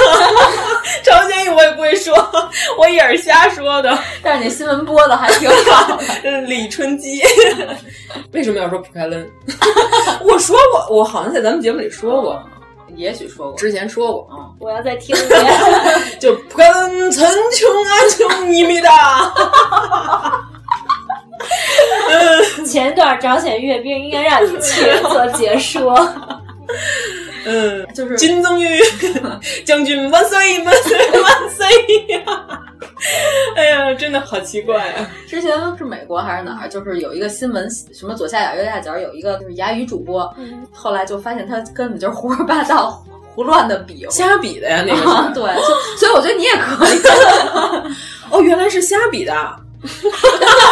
Speaker 3: 朝鲜语我也不会说，我也是瞎说的。
Speaker 6: 但是你新闻播的还挺 好。
Speaker 3: 李春姬，为什么要说普开恩？ 我说过，我好像在咱们节目里说过，
Speaker 6: 也许说过，
Speaker 3: 之前哦说过。哦
Speaker 5: 我要再听一遍。
Speaker 3: 就跟曾穷安穷你 们的，
Speaker 5: 前一段朝鲜阅兵应该让你去做解 说。
Speaker 3: 嗯，就是金曾 玉将军万岁万岁万岁呀！ 哎呀，真的好奇怪啊！
Speaker 6: 之前是美国还是哪儿，就是有一个新闻，什么左下角右下角有一个就是哑语主播，后来就发现他根本就是胡说八道、胡乱的 比 划。
Speaker 3: 瞎比的呀，那个是、
Speaker 6: 啊，对，所以所以我觉得你也可以。
Speaker 3: 哦，原来是瞎比的， 瞎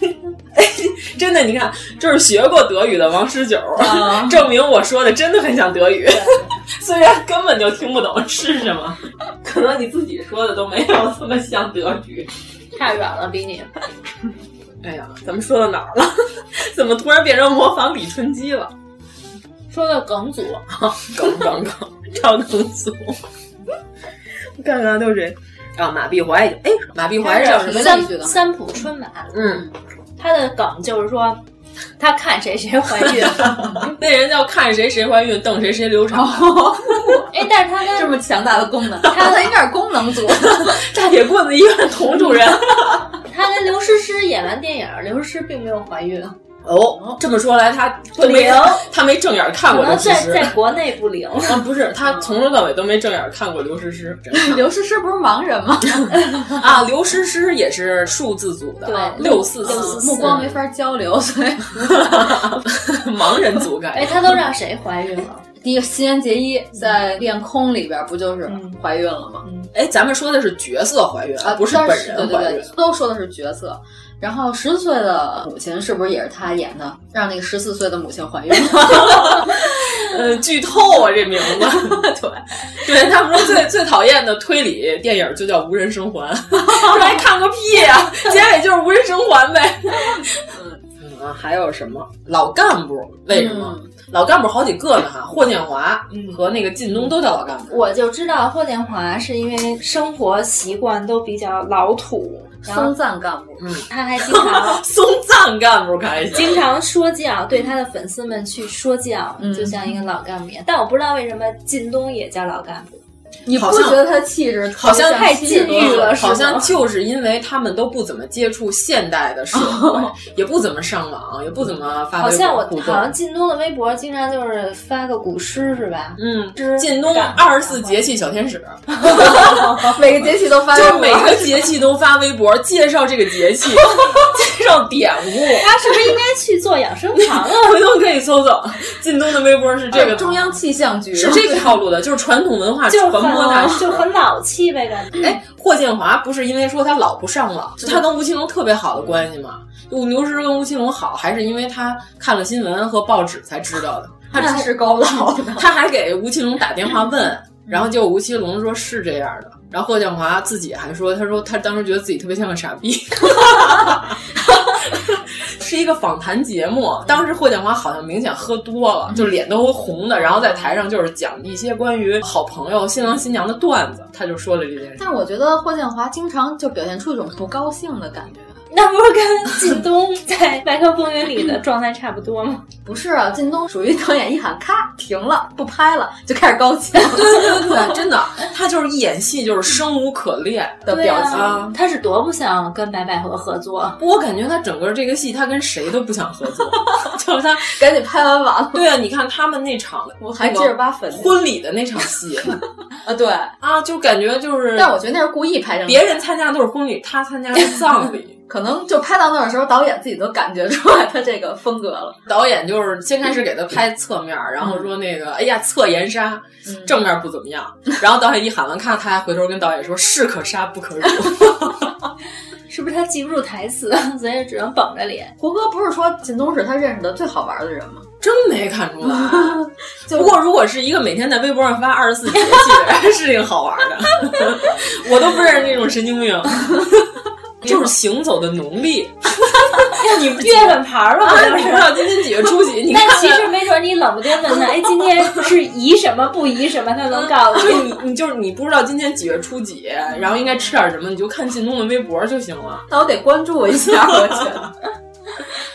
Speaker 3: 比的。 真的，你看，就是学过德语的王十九，
Speaker 6: 啊
Speaker 3: 证明我说的真的很像德语， 虽然根本就听不懂是什么， 可能你自己说的都没有这么像德语。
Speaker 5: 差远了，比你。
Speaker 3: 哎呀，咱们说到哪儿了？ 怎么突然变成模仿李春姬了？
Speaker 5: 说的梗阻，
Speaker 3: 梗梗梗，赵能祖。 我看看都是谁啊？马必怀，哎，马必怀是叫什么来
Speaker 5: 三
Speaker 3: 着？
Speaker 5: 三浦春马，
Speaker 3: 嗯，
Speaker 5: 他的梗就是说，他看谁谁怀 孕。
Speaker 3: 那人叫看谁谁怀孕，瞪谁谁流产。
Speaker 5: 哎，但是他
Speaker 6: 这
Speaker 5: 跟
Speaker 6: 么强大的功 能，他应该是功能 组。
Speaker 3: 大铁棍子医院童主 任。
Speaker 5: 他跟刘诗诗演完电影，刘诗诗并没有怀孕，
Speaker 3: 哦，这么说来，他都没
Speaker 5: 灵
Speaker 3: 他没正眼看
Speaker 5: 可
Speaker 3: 过
Speaker 5: 能
Speaker 3: 刘诗
Speaker 5: 在
Speaker 3: 诗。
Speaker 5: 在哦国内不灵。
Speaker 3: 啊，不是，他从头到尾都没正眼看过刘诗 诗
Speaker 6: 刘诗诗不是盲人吗？
Speaker 3: 啊。刘诗诗也是数字组的，
Speaker 5: 对
Speaker 3: 六四
Speaker 5: 六四
Speaker 3: 四，
Speaker 6: 目光没法交流，所以
Speaker 3: 盲人组
Speaker 5: 哎，
Speaker 3: 改。
Speaker 5: 他都让谁怀孕了？
Speaker 6: 第一个西安结衣在恋空里边不就是
Speaker 5: 嗯
Speaker 6: 怀孕了吗？
Speaker 3: 哎，咱们说的是角色怀孕，
Speaker 6: 啊，
Speaker 3: 不是
Speaker 6: 但
Speaker 3: 本人
Speaker 6: 对
Speaker 3: 怀
Speaker 6: 对
Speaker 3: 孕。
Speaker 6: 对，都说的是角色。然后十四岁的母亲是不是也是他演的？让那个十四岁的母亲怀孕？
Speaker 3: 呃，剧透啊，这名字。对， 对他们说最最讨厌的推理电影就叫《无人生还》， 说还看个屁呀、结尾就是无人生还呗。嗯啊，还有什么老干部？为什么、老干部好几个呢？哈，霍建华和那个靳东都叫老干部。
Speaker 5: 我就知道霍建华是因为生活习惯都比较老土，然
Speaker 6: 松
Speaker 5: 后
Speaker 6: 赞干部，
Speaker 5: 他还经常
Speaker 3: 松赞干部开心，
Speaker 5: 经常说教，对他的粉丝们去说教，
Speaker 6: 嗯
Speaker 5: 就像一个老干部一样。但我不知道为什么靳东也叫老干部，
Speaker 6: 你不
Speaker 3: 好像
Speaker 6: 觉得他气质
Speaker 3: 好像
Speaker 5: 太禁欲了是吗
Speaker 3: 好像就是因为他们都不怎么接触现代的社会，也不怎么上网，也不怎么啊发微博
Speaker 5: 好像我
Speaker 3: 互动
Speaker 5: 好像靳东的微博经常就是发个古诗是吧？
Speaker 3: 嗯
Speaker 5: 之，
Speaker 3: 靳东
Speaker 5: 感
Speaker 3: 二十四节气小天使，
Speaker 6: 每个节气都发
Speaker 3: 就
Speaker 6: 微
Speaker 3: 是
Speaker 6: 博
Speaker 3: 每个节气都发微博哎介绍这个节气， 介绍典故，
Speaker 5: 他是不是应该去做养生堂啊？
Speaker 3: 回头可以搜搜。靳东的微博是这个
Speaker 6: 中央气象局
Speaker 3: 是 这个套路的，嗯就是传统文化
Speaker 5: 就
Speaker 3: 啊传播大
Speaker 5: 很
Speaker 3: 使
Speaker 5: 就。很老气呗，感
Speaker 6: 嗯
Speaker 5: 觉。
Speaker 3: 哎，霍建华不是因为说他老不上网，就他跟吴奇隆特别好的关系嘛？就刘诗诗跟吴奇隆好，还是因为他看了新闻和报纸才知道的。他
Speaker 6: 那是高老的，嗯
Speaker 3: 他还给吴奇隆打电 话问，然后结果吴奇隆说是这样的，然后霍建华自己还说，他说他当时觉得自己特别像个傻 逼，是一个访谈节目，当时霍建华好像明显喝多了，
Speaker 6: 嗯
Speaker 3: 就脸都红的，然后在台上就是讲一些关于好朋友、新郎新娘的段子，他就说了这件事。
Speaker 6: 但我觉得霍建华经常就表现出一种不高兴的感觉。
Speaker 5: 那不是跟靳东在《白客风云》里的状态差不多吗？
Speaker 6: 不是啊，靳东属于导演一喊咔停了，不拍了， 就开始高腔。
Speaker 3: 对对对， 真的，他就是一演戏就是生无可恋 的
Speaker 5: 对
Speaker 3: 表情。
Speaker 5: 啊，他是多不想跟白百合合作，
Speaker 3: 不，我感觉他整个这个戏，他跟谁都不想合作， 就是 他。
Speaker 6: 赶紧拍完完了。
Speaker 3: 对啊，你看他们那场，
Speaker 6: 我还记着挖坟
Speaker 3: 婚礼的那场戏
Speaker 6: 啊，对，
Speaker 3: 啊，就感觉就是，
Speaker 6: 但我觉得那是故意拍成
Speaker 3: 别人参加的都是婚礼，他参加的是葬 礼。
Speaker 6: 可能就拍到那儿的时候，导演自己都感觉出来他这个风格了。
Speaker 3: 导演就是先开始给他拍侧面，然后说那个，哎呀，侧颜杀，正面不怎么样。然后导演一喊完咔，他还回头跟导演说：“士可杀不可辱。
Speaker 5: 是不是他记不住台词，所以只能绷着 脸？
Speaker 6: 胡歌不是说靳东是他认识的最好玩的人吗？”
Speaker 3: 真没看出来。啊 不过如果是一个每天在微博上发二十四节气的人，是挺好玩的。 我都不认识那种神经 病，就是行走的农历。
Speaker 5: 你月份牌了，
Speaker 3: 啊，
Speaker 5: 不
Speaker 3: 你
Speaker 5: 是
Speaker 3: 不知？道今天几月初几？你看
Speaker 5: 但
Speaker 3: 看
Speaker 5: 其实没准你冷不丁问他，哎，今天是宜什么不宜什么，他能 告诉
Speaker 3: 就
Speaker 5: 你。
Speaker 3: 你哎你就是你不知道今天几月初几，然后应该吃点什么，你就看靳东的微博就行了。
Speaker 6: 那我得关注一下，我觉得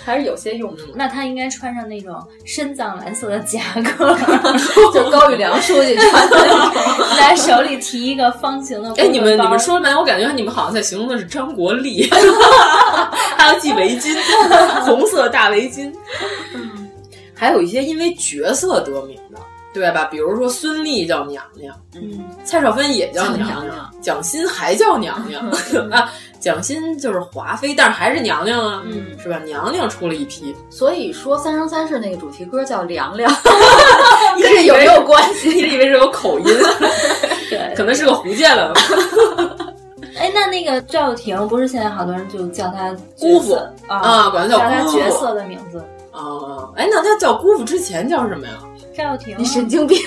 Speaker 6: 还是有些用处。
Speaker 5: 那他应该穿上那种深藏蓝色的夹克，
Speaker 6: 就高宇良书记穿的那种。
Speaker 5: 拿手里提一个方形的。
Speaker 3: 哎，你们 你们，说没？我感觉你们好像在形容的是张国立，还要系围 巾，红色大围巾。
Speaker 5: 嗯
Speaker 3: 还有一些因为角色得名的，对吧？比如说孙俪叫娘娘，
Speaker 5: 嗯，
Speaker 3: 蔡少芬也叫
Speaker 6: 叫
Speaker 3: 娘
Speaker 6: 娘娘，
Speaker 3: 蒋欣还叫娘娘
Speaker 5: 嗯
Speaker 3: 啊。蒋欣就是华妃，但是还是娘娘啊，
Speaker 5: 嗯
Speaker 3: 是吧？娘娘出了一批，
Speaker 6: 所以说，《三生三世》那个主题歌叫《凉 凉》，
Speaker 5: 嗯
Speaker 6: 跟这有没有关系？
Speaker 3: 一直以为是有口音，
Speaker 5: 对，
Speaker 3: 可能是个福建人。
Speaker 5: 哎，那那个赵又廷不是现在好多人就叫他
Speaker 3: 姑父
Speaker 5: 角色啊，
Speaker 3: 啊，管他
Speaker 5: 叫
Speaker 3: 叫
Speaker 5: 他
Speaker 3: 姑父
Speaker 5: 角色的名字。
Speaker 3: 啊。哎，那他叫姑父之前叫什么呀？
Speaker 5: 赵又 廷，
Speaker 6: 你神经病！
Speaker 3: 你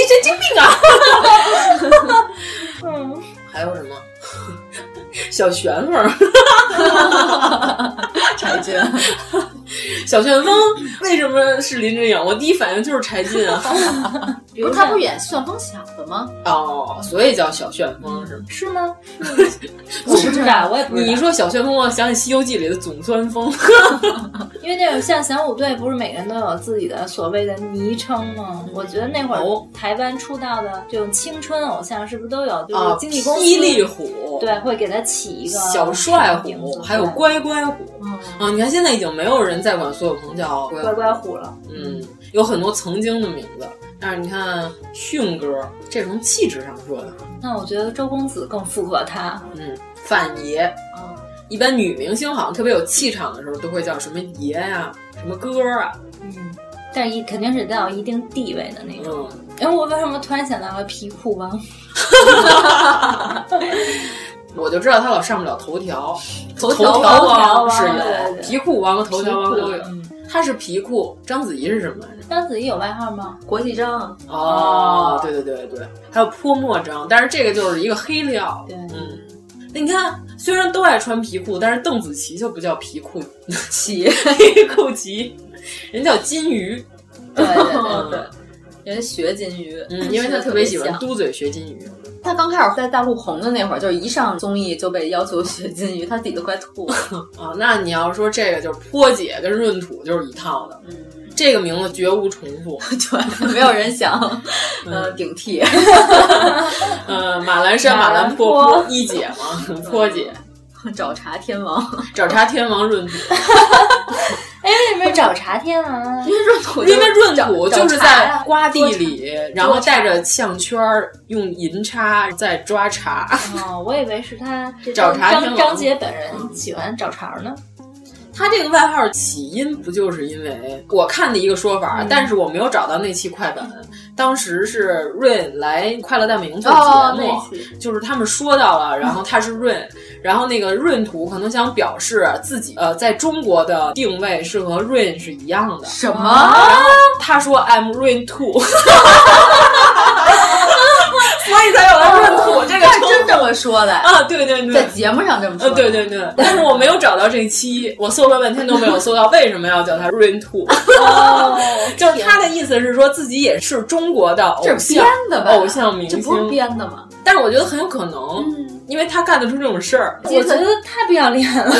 Speaker 3: 神经病啊！
Speaker 5: 嗯，
Speaker 3: 还有什 么？小旋风儿，
Speaker 6: 柴俊，
Speaker 3: 小旋风为什么是林志颖？我第一反应就是柴进啊。
Speaker 5: 比
Speaker 6: 不
Speaker 5: 如
Speaker 6: 是他
Speaker 5: 像
Speaker 6: 不是演旋风小子吗？
Speaker 3: 哦，所以叫小旋风是吗？
Speaker 5: 是吗？我不知道，我也不知道。
Speaker 3: 你一说小旋风，我想起《西游记》里的总钻风。
Speaker 5: 因为那种像小虎队，不是每个人都有自己的所谓的昵称吗？我觉得那会
Speaker 3: 哦
Speaker 5: 儿台湾出道的这种青春偶像，是不是都有？就
Speaker 3: 啊，
Speaker 5: 是经纪公司
Speaker 3: 霹雳虎，
Speaker 5: 对，会给他起一个
Speaker 3: 小帅
Speaker 5: 名
Speaker 3: 虎，
Speaker 5: 字
Speaker 3: 还有
Speaker 5: 对嗯
Speaker 3: 乖乖虎。啊，你看现在已经没有人再管苏有朋叫乖
Speaker 5: 乖乖虎了。
Speaker 3: 嗯，有很多曾经的名字，但是你看迅哥这从气质上说的，
Speaker 5: 那我觉得周公子更符合他。
Speaker 3: 嗯，范爷，一般女明星好像特别有气场的时候，都会叫什么爷呀、什么哥啊，
Speaker 5: 嗯，但一肯定是得有一定地位的那种。
Speaker 3: 嗯，
Speaker 5: 哎，我为什么突然想到了皮裤 王？
Speaker 3: 我就知道他老上不了头条，头
Speaker 6: 条
Speaker 3: 条啊
Speaker 5: 王
Speaker 3: 是
Speaker 5: 对
Speaker 3: 有，
Speaker 5: 对
Speaker 3: 皮裤王和头条王都有。
Speaker 5: 嗯，
Speaker 3: 他是皮裤，章子怡是什么来着？
Speaker 5: 章子怡有外号吗？
Speaker 6: 国际章，
Speaker 3: 哦，对对对对，还有泼墨章，但是这个就是一个黑料。
Speaker 5: 对
Speaker 3: 嗯，那你看，虽然都爱穿皮裤，但是邓紫棋就不叫皮 裤
Speaker 6: 起，
Speaker 3: 黑裤旗， 人叫金鱼。
Speaker 5: 对对
Speaker 3: 嗯
Speaker 5: 对对。
Speaker 6: 人家学金鱼，
Speaker 3: 嗯，因为他特别喜欢
Speaker 6: 像
Speaker 3: 嘟嘴学金鱼。
Speaker 6: 他刚开始在大陆红的那会儿，就是一上综艺就被要求学金鱼，他自己都快吐了。
Speaker 3: 啊，那你要说这个就是坡姐跟闰土就是一套的，
Speaker 6: 嗯，
Speaker 3: 这个名字绝无重复。
Speaker 6: 对，没有人想呃顶替。
Speaker 3: 呃，马兰山、马兰坡、
Speaker 5: 马兰坡
Speaker 3: 坡一姐嘛， 坡姐，
Speaker 6: 找茬天王，
Speaker 3: 找茬天王闰土，
Speaker 5: 哎，为什么找茶天王啊？
Speaker 6: 因为闰土就，
Speaker 3: 因为闰土
Speaker 6: 找
Speaker 3: 就是
Speaker 6: 找茬
Speaker 3: 在
Speaker 6: 呀
Speaker 3: 瓜地里，然后带着项圈儿，用银叉在抓茶。
Speaker 5: 哦，我以为是他这
Speaker 3: 找
Speaker 5: 张
Speaker 3: 茬天
Speaker 5: 张
Speaker 3: 王
Speaker 5: 张杰本人喜欢找茬呢。
Speaker 3: 他这个外号起因不就是因为我看的一个说法，
Speaker 6: 嗯
Speaker 3: 但是我没有找到那期快本。当时是瑞来《快乐大本营》做节目，
Speaker 6: 哦那一期
Speaker 3: 就是他们说到了，然后他是闰，然后那个闰土可能想表示自己呃在中国的定位是和闰是一样的。
Speaker 6: 什么？
Speaker 3: 他说 I'm Rain Two，所 以才有了闰土这个
Speaker 6: 他
Speaker 3: 称
Speaker 6: 真这么说的，
Speaker 3: 啊，对对对
Speaker 6: 在。节目上这么说
Speaker 3: 呃，
Speaker 6: 的。
Speaker 3: 对对对，但是我没有找到这一期，我搜了半天都没有搜到为什么要叫他 Rain Two，就是
Speaker 6: 哦
Speaker 3: 他的意思是说自己也是中国的偶
Speaker 6: 这是
Speaker 3: 像
Speaker 6: 编的吧？
Speaker 3: 偶像明
Speaker 6: 这不是
Speaker 3: 星，
Speaker 6: 编的吗？
Speaker 3: 但是我觉得很有可能，
Speaker 6: 嗯，
Speaker 3: 因为他干得出这种事儿。
Speaker 6: 我觉
Speaker 5: 得太不要脸了。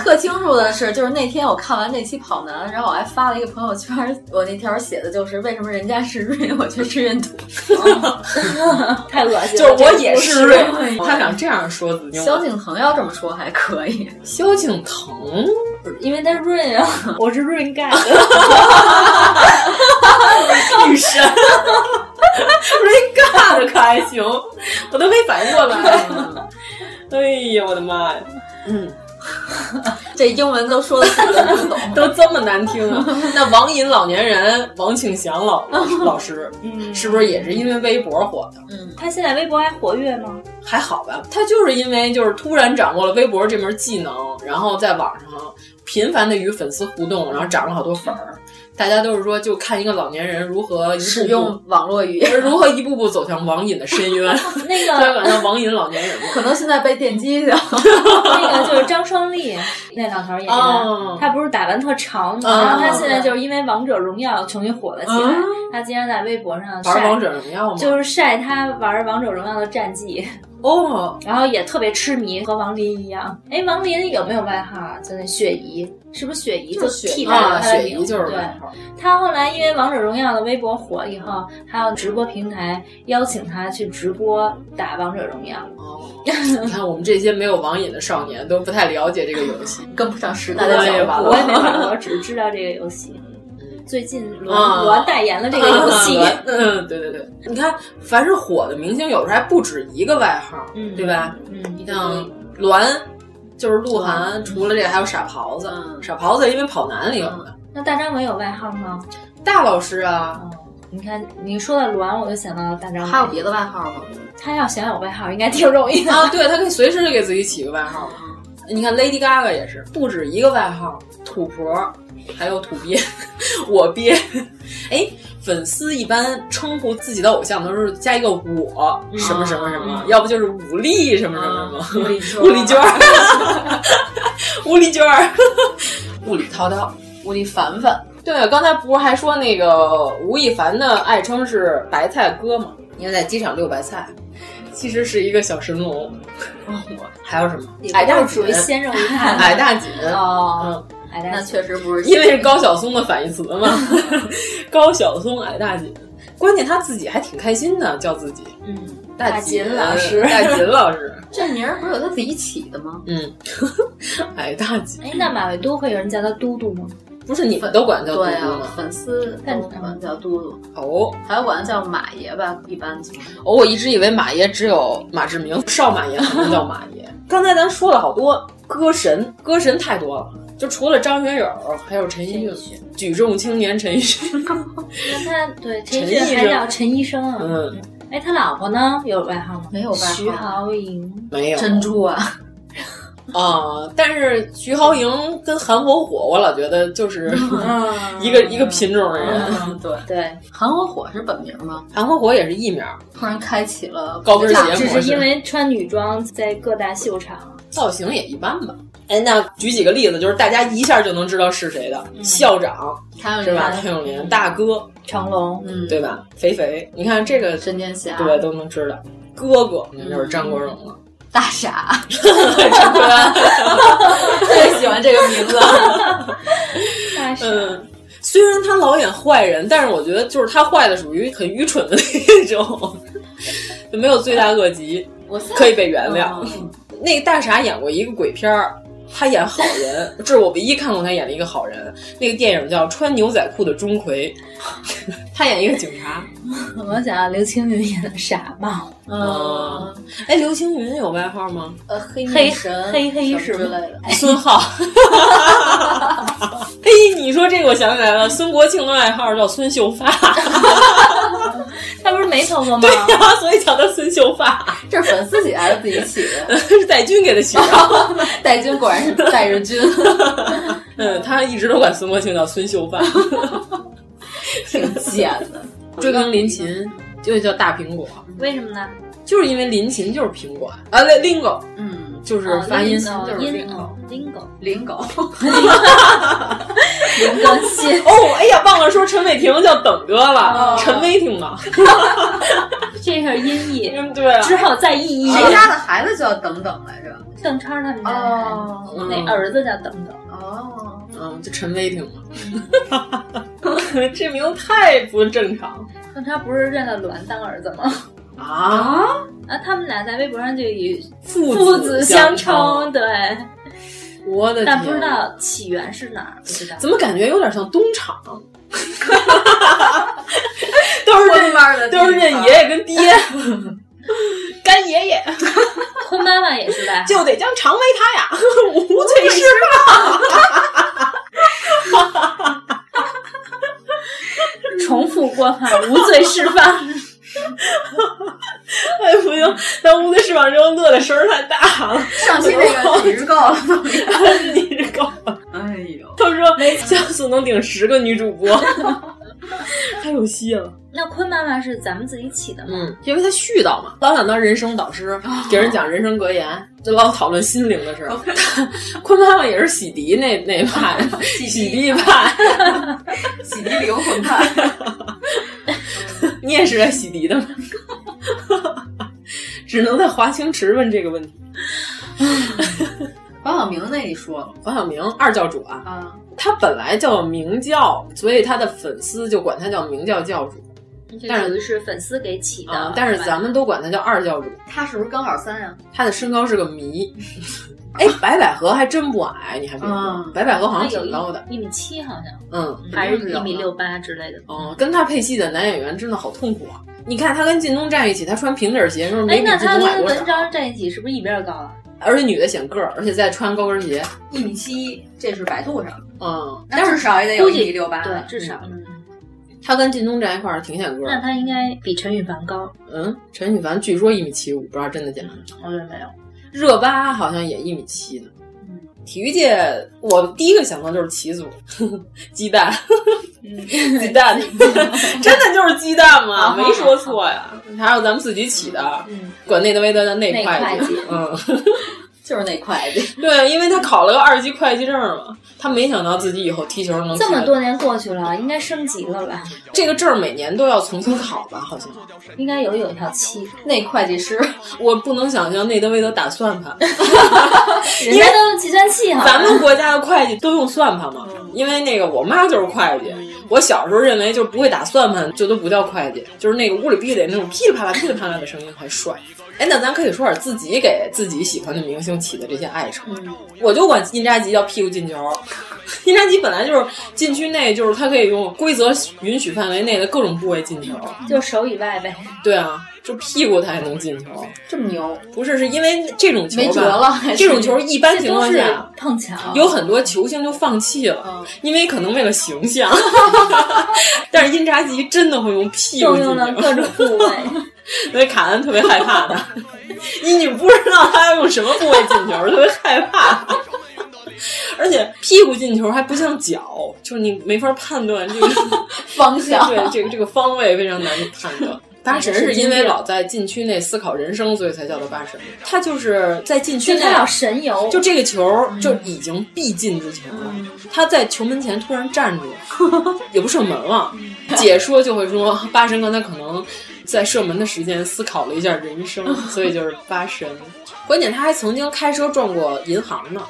Speaker 6: 特清楚的是，就是那天我看完那期跑男，然后我还发了一个朋友圈，我那条写的就是为什么人家是瑞，我却是闰土，哦
Speaker 5: 太恶心了。
Speaker 3: 就是我也
Speaker 5: 是
Speaker 3: 瑞，他想这样说子宁。
Speaker 6: 萧敬腾要这么说还可以，
Speaker 3: 萧敬 腾
Speaker 5: 因为他润啊，我是润盖的，
Speaker 3: 女神。瑞尬的可还行，我都没反应过来。 哎呀，我的妈呀！嗯，
Speaker 6: 这英文都说的死都不懂。
Speaker 3: 都这么难听 了。那网瘾老年人王庆祥老老师，
Speaker 5: 嗯
Speaker 3: 是不是也是因为微博火的？
Speaker 6: 嗯，
Speaker 5: 他现在微博还活跃吗？
Speaker 3: 还好吧，他就是因为就是突然掌握了微博这门技能，然后在网上频繁的与粉丝互动，然后涨了好多粉儿。大家都是说，就看一个老年人如何一步步
Speaker 6: 使用网络语言，
Speaker 3: 如何一步步走向网瘾的深渊。
Speaker 5: 那
Speaker 3: 昨天晚
Speaker 5: 个
Speaker 3: 上网瘾老年人嘛，
Speaker 6: 可能现在被电击掉。
Speaker 5: 那个就是张双立那老头演
Speaker 3: 哦
Speaker 5: 的，他不是打完特长吗？
Speaker 3: 哦
Speaker 5: 然后他现在就是因为王者荣耀重新火了起来
Speaker 3: 嗯，
Speaker 5: 他经常在微博上晒
Speaker 3: 玩王者荣耀吗？
Speaker 5: 就是晒他玩王者荣耀的战绩，
Speaker 3: 哦，
Speaker 5: 然后也特别痴迷，和王林一样。哎，王林有没有外号啊？就那雪姨，是不是雪姨
Speaker 6: 就是雪姨
Speaker 5: 替代了
Speaker 3: 啊，
Speaker 5: 他的
Speaker 3: 雪
Speaker 5: 名
Speaker 3: 姨
Speaker 5: 字？
Speaker 3: 就是
Speaker 5: 对，
Speaker 3: 外号。
Speaker 5: 他后来因为王者荣耀的微博火以后，还有直播平台邀请他去直播打王者荣耀。
Speaker 3: 哦，你看我们这些没有网瘾的少年都不太了解这个游戏。
Speaker 6: 跟不上时代的脚步，
Speaker 5: 我也没玩过，只知道这个游戏。最近罗
Speaker 3: 啊
Speaker 5: 罗代言 了这个游戏，
Speaker 3: 嗯， 对对对，你看，凡是火的明星，有时候还不止一个外号，
Speaker 5: 嗯
Speaker 3: 对吧？
Speaker 5: 嗯，
Speaker 3: 像栾，就是鹿晗，除了这个还有傻狍子，
Speaker 6: 嗯
Speaker 3: 傻狍子因为跑男里有的，
Speaker 5: 那大张伟有外号吗？
Speaker 3: 大老师啊，
Speaker 5: 哦，你看你说到栾，我就想到大张伟。
Speaker 6: 还有别的外号吗？
Speaker 5: 他要想有外号，应该挺容易的。
Speaker 3: 啊，对他可以随时给自己起个外号嘛。嗯你看 Lady Gaga 也是，不止一个外号，土婆，还有土鳖， 我鳖。哎，粉丝一般称呼自己的偶像都是加一个我什么什么什么，要不就是武力什么什么什么，
Speaker 6: 嗯
Speaker 3: 吴丽娟儿， 吴丽娟儿， 物理涛涛。
Speaker 6: 武力凡凡，
Speaker 3: 对，啊刚才不是还说那个吴亦凡的爱称是白菜哥吗？因为在机场溜白菜，其实是一个小神龙。还有什么？矮大
Speaker 5: 就
Speaker 3: 紧
Speaker 5: 是属于鲜肉一派
Speaker 3: 矮大紧，
Speaker 5: 哦，
Speaker 3: 嗯
Speaker 5: 矮大
Speaker 6: 那确实不是，
Speaker 3: 因为是高晓松的反义词 嘛。高晓松矮大紧，关键他自己还挺开心的，叫自己
Speaker 5: 嗯，
Speaker 3: 大
Speaker 5: 大紧老师
Speaker 3: 大紧老 师，
Speaker 6: 这名儿不是由他自己起的吗？
Speaker 3: 嗯， 矮大紧，
Speaker 5: 哎，那马未都会有人叫他嘟嘟吗？
Speaker 3: 不是你们都管叫嘟
Speaker 6: 对
Speaker 3: 嘟
Speaker 6: 啊，
Speaker 3: 吗？
Speaker 6: 粉丝都管叫嘟嘟，
Speaker 3: 哦
Speaker 6: 还有管他叫马爷吧，一般从
Speaker 3: 哦，我一直以为马爷只有马志明、少马爷才能叫马爷。刚才咱说了好多歌神，歌神太多了，就除了张学友，还有陈奕迅，举重青年陈奕迅。
Speaker 5: 那他对陈
Speaker 3: 陈
Speaker 5: 奕迅
Speaker 3: 医
Speaker 5: 还
Speaker 3: 生
Speaker 5: 叫陈医生啊。
Speaker 3: 嗯，
Speaker 5: 哎，他老婆呢？有外号吗？
Speaker 6: 没有外号
Speaker 5: 徐濠萦。
Speaker 3: 没有
Speaker 6: 珍珠啊，
Speaker 3: 啊、但是徐濠萦跟韩火火，我老觉得就是
Speaker 5: 嗯
Speaker 3: 一个、一个品种的人。
Speaker 6: 嗯对。
Speaker 5: 对，
Speaker 6: 韩火火是本名吗？
Speaker 3: 韩火火也是艺名，
Speaker 6: 突然开启了
Speaker 3: 高跟鞋模
Speaker 5: 只
Speaker 3: 式，
Speaker 5: 是因为穿女装在各大秀场。
Speaker 3: 造型也一般吧。哎，那举几个例子，就是大家一下就能知道是谁的、校长
Speaker 6: 谭
Speaker 3: 是
Speaker 6: 咏
Speaker 3: 吧？
Speaker 6: 麟，
Speaker 3: 谭咏麟大哥
Speaker 5: 成龙，
Speaker 6: 嗯，
Speaker 3: 对吧？肥肥，你看这个
Speaker 6: 神仙侠，
Speaker 3: 对，都能知道。哥哥，那就是张国荣 了。
Speaker 6: 大 傻，
Speaker 3: 嗯张国荣，
Speaker 6: 特别喜欢这个名字。
Speaker 5: 大傻，
Speaker 3: 嗯，虽然他老演坏人，但是我觉得就是他坏的属于很愚蠢的那种， 就没有罪大恶极，
Speaker 6: 我现在
Speaker 3: 可以被原谅。
Speaker 6: 嗯
Speaker 3: 那个大傻演过一个鬼片儿。他演好人， 这是我唯一看过他演的一个好人。那个电影叫《穿牛仔裤的钟馗》， 他演一个警察。
Speaker 5: 嗯我想要刘青云演的傻 帽，
Speaker 3: 嗯，哎，刘青云有外号吗？
Speaker 6: 呃，黑
Speaker 5: 黑
Speaker 6: 女神
Speaker 5: 黑黑
Speaker 6: 什
Speaker 5: 是
Speaker 6: 么
Speaker 5: 吗
Speaker 6: 之类的，哎
Speaker 3: 孙浩。嘿，你说这个我想起来了，孙国庆的外号叫孙秀发，
Speaker 5: 他不是没头发吗
Speaker 3: 对？呀、所以叫他孙秀发， 呃
Speaker 6: 这是粉丝起还是自己起的？
Speaker 3: 是戴军给他起 的。
Speaker 6: 戴军果然是戴日军，
Speaker 3: 嗯，他一直都管孙国庆叫孙秀发，
Speaker 6: 挺贱的。
Speaker 3: 追根林琴就叫大苹果，
Speaker 5: 为什么呢？
Speaker 3: 就是因为林琴就是苹果啊，啊，对，lingo，
Speaker 6: 嗯，
Speaker 8: 就是发音
Speaker 5: 哦
Speaker 8: 就是
Speaker 5: 音
Speaker 8: 这样
Speaker 5: 哦音狗
Speaker 6: 林狗，
Speaker 5: 林更新
Speaker 3: 哦，哎呀，忘了说陈伟霆叫等哥了，
Speaker 5: 哦
Speaker 3: 陈威霆嘛。
Speaker 5: 这是 音译，
Speaker 3: 嗯，对啊，
Speaker 5: 之后再意译。
Speaker 6: 哎谁家的孩子就要等等来着？
Speaker 5: 邓超他们家
Speaker 6: 哦
Speaker 5: 那儿子叫等等，
Speaker 6: 哦，
Speaker 3: 嗯，就陈威霆嘛。 这名字太不正常
Speaker 5: 邓超不是认了栾当儿子吗？
Speaker 3: 啊！
Speaker 5: 啊，他们俩在微博上就以
Speaker 3: 父
Speaker 5: 父
Speaker 3: 子
Speaker 5: 子
Speaker 3: 相
Speaker 5: 相
Speaker 3: 称
Speaker 5: 称，对，
Speaker 3: 我的天，啊
Speaker 5: 但不知道起源是哪儿，不知道。
Speaker 3: 怎么感觉有点像东厂？ 都是认
Speaker 6: 弯儿的地
Speaker 3: 都
Speaker 6: 方
Speaker 3: 是认爷爷跟 爹，干爷爷
Speaker 5: 坤妈妈也是吧？
Speaker 3: 就得将肠为他呀， 无罪释
Speaker 5: 重复过犯，无罪释放。
Speaker 3: 放。哎，不行，咱无罪释放之后乐的声儿太大了，
Speaker 6: 上期那个你是够了，
Speaker 3: 你这狗。
Speaker 6: 哦 哎呦，
Speaker 3: 他说江苏能顶十个女主播， 太有戏了。
Speaker 5: 那坤妈妈是咱们自己起的吗？
Speaker 3: 嗯，因为他絮叨嘛，老想当人生导师，给人讲人生格言，就老讨论心灵的事儿。 坤妈妈也是洗涤那那派，洗涤派，
Speaker 6: 洗涤灵魂派，
Speaker 3: 你也是来洗涤的吗？ 只能在华清池问这个问题。
Speaker 6: 黄晓明那里说了
Speaker 3: 黄晓明二教主啊，
Speaker 6: 啊，
Speaker 3: 他本来叫明教，所以他的粉丝就管他叫明教教主但是
Speaker 5: 这属于是粉丝给起的，
Speaker 3: 啊，但是咱们都管他叫二教主。
Speaker 6: 他是不是刚好三啊？
Speaker 3: 他的身高是个谜。哎，白百合还真不矮，你还别说，
Speaker 6: 嗯
Speaker 3: 白百合好
Speaker 5: 好
Speaker 3: 像
Speaker 5: 像有
Speaker 3: 挺高的，
Speaker 5: 一一米七，好像
Speaker 3: 嗯
Speaker 5: 还是
Speaker 6: 有
Speaker 5: 一米
Speaker 6: 啊
Speaker 5: 六八之类的。
Speaker 3: 嗯，跟他配戏的男演员真的好痛苦啊！你看他跟靳东站一起，他穿平底儿鞋，说
Speaker 5: 哎
Speaker 3: 没，
Speaker 5: 那
Speaker 3: 你这
Speaker 5: 他
Speaker 3: 能矮
Speaker 5: 跟
Speaker 3: 多
Speaker 5: 文
Speaker 3: 少？
Speaker 5: 章站一起是不是一边儿高啊？
Speaker 3: 而且女的显个儿，而且再穿高跟鞋，
Speaker 6: 一米七，这是百度上，
Speaker 3: 嗯，
Speaker 6: 那至少也得有一米六八。
Speaker 5: 对，至少。
Speaker 3: 他跟靳东站一块儿挺显个
Speaker 5: 那
Speaker 3: 儿。
Speaker 5: 他应该比陈羽凡高，
Speaker 3: 嗯，陈羽凡据说一米七五，不知道真的假的。
Speaker 5: 我觉得没有。
Speaker 3: 热巴好像也一米七呢
Speaker 5: 嗯。
Speaker 3: 体育界，我第一个想到就是齐祖， 鸡蛋， 嗯鸡蛋， 真的就是鸡蛋吗？
Speaker 5: 好好
Speaker 3: 没说错呀。
Speaker 5: 啊
Speaker 3: 还有咱们自己起的，
Speaker 5: 嗯
Speaker 3: 管内德维德的内会计，嗯，
Speaker 6: 就是那会计，
Speaker 3: 对，因为他考了个二级会计证嘛，他没想到自己以后踢球能
Speaker 5: 这么
Speaker 3: 踢
Speaker 5: 多年过去了，应该升级了吧？
Speaker 3: 这个证每年都要重新考吧？好像
Speaker 5: 应该有有一条期，
Speaker 6: 那会计师
Speaker 3: 我不能想象内德维德打算 盘。
Speaker 5: 人家都用计算器 哈。
Speaker 3: 咱们国家的会计都用算盘嘛，
Speaker 6: 嗯
Speaker 3: 因为那个我妈就是会计，我小时候认为就不会打算盘就都不叫会计，就是那个屋里必须得那种噼里啪啦、噼里啪啦的声音才帅。哎，那咱可以说点自己给自己喜欢的明星起的这些爱称，
Speaker 6: 嗯
Speaker 3: 我就管印扎吉叫屁股进球。 印扎吉本来就是禁区内，就是他可以用规则允许范围内的各种部位进球。
Speaker 5: 就手以外呗，
Speaker 3: 对啊，就屁股他也能进球。
Speaker 6: 这么牛，
Speaker 3: 不是，是因为这种球吧
Speaker 6: 没辙了还是
Speaker 3: 这种球一般
Speaker 5: 这
Speaker 3: 情
Speaker 5: 都
Speaker 3: 况
Speaker 5: 是
Speaker 3: 下
Speaker 5: 碰巧。
Speaker 3: 有很多球星就放弃了，
Speaker 6: 嗯
Speaker 3: 因为可能为了形象。 但是因扎吉真的会用屁股
Speaker 5: 动
Speaker 3: 进
Speaker 5: 用了
Speaker 3: 球，
Speaker 5: 各种部位，
Speaker 3: 所以卡恩特别害怕 他。你你不知道他要用什么部位进球，特别害怕。而且屁股进球还不像脚，就是你没法判断 这个
Speaker 6: 方 向
Speaker 3: 对这个这个方位非常难以判断。 八神是因为老在禁区内思考人生，所以才叫他八神。他就是在禁区
Speaker 5: 就
Speaker 3: 内
Speaker 5: 他要神游，
Speaker 3: 就这个球就已经必进之球了，他在球门前突然站住， 也不射门了。解说就会说，八神刚才可能在射门的时间思考了一下人生，所以就是八神。关键他还曾经开车撞过银行呢，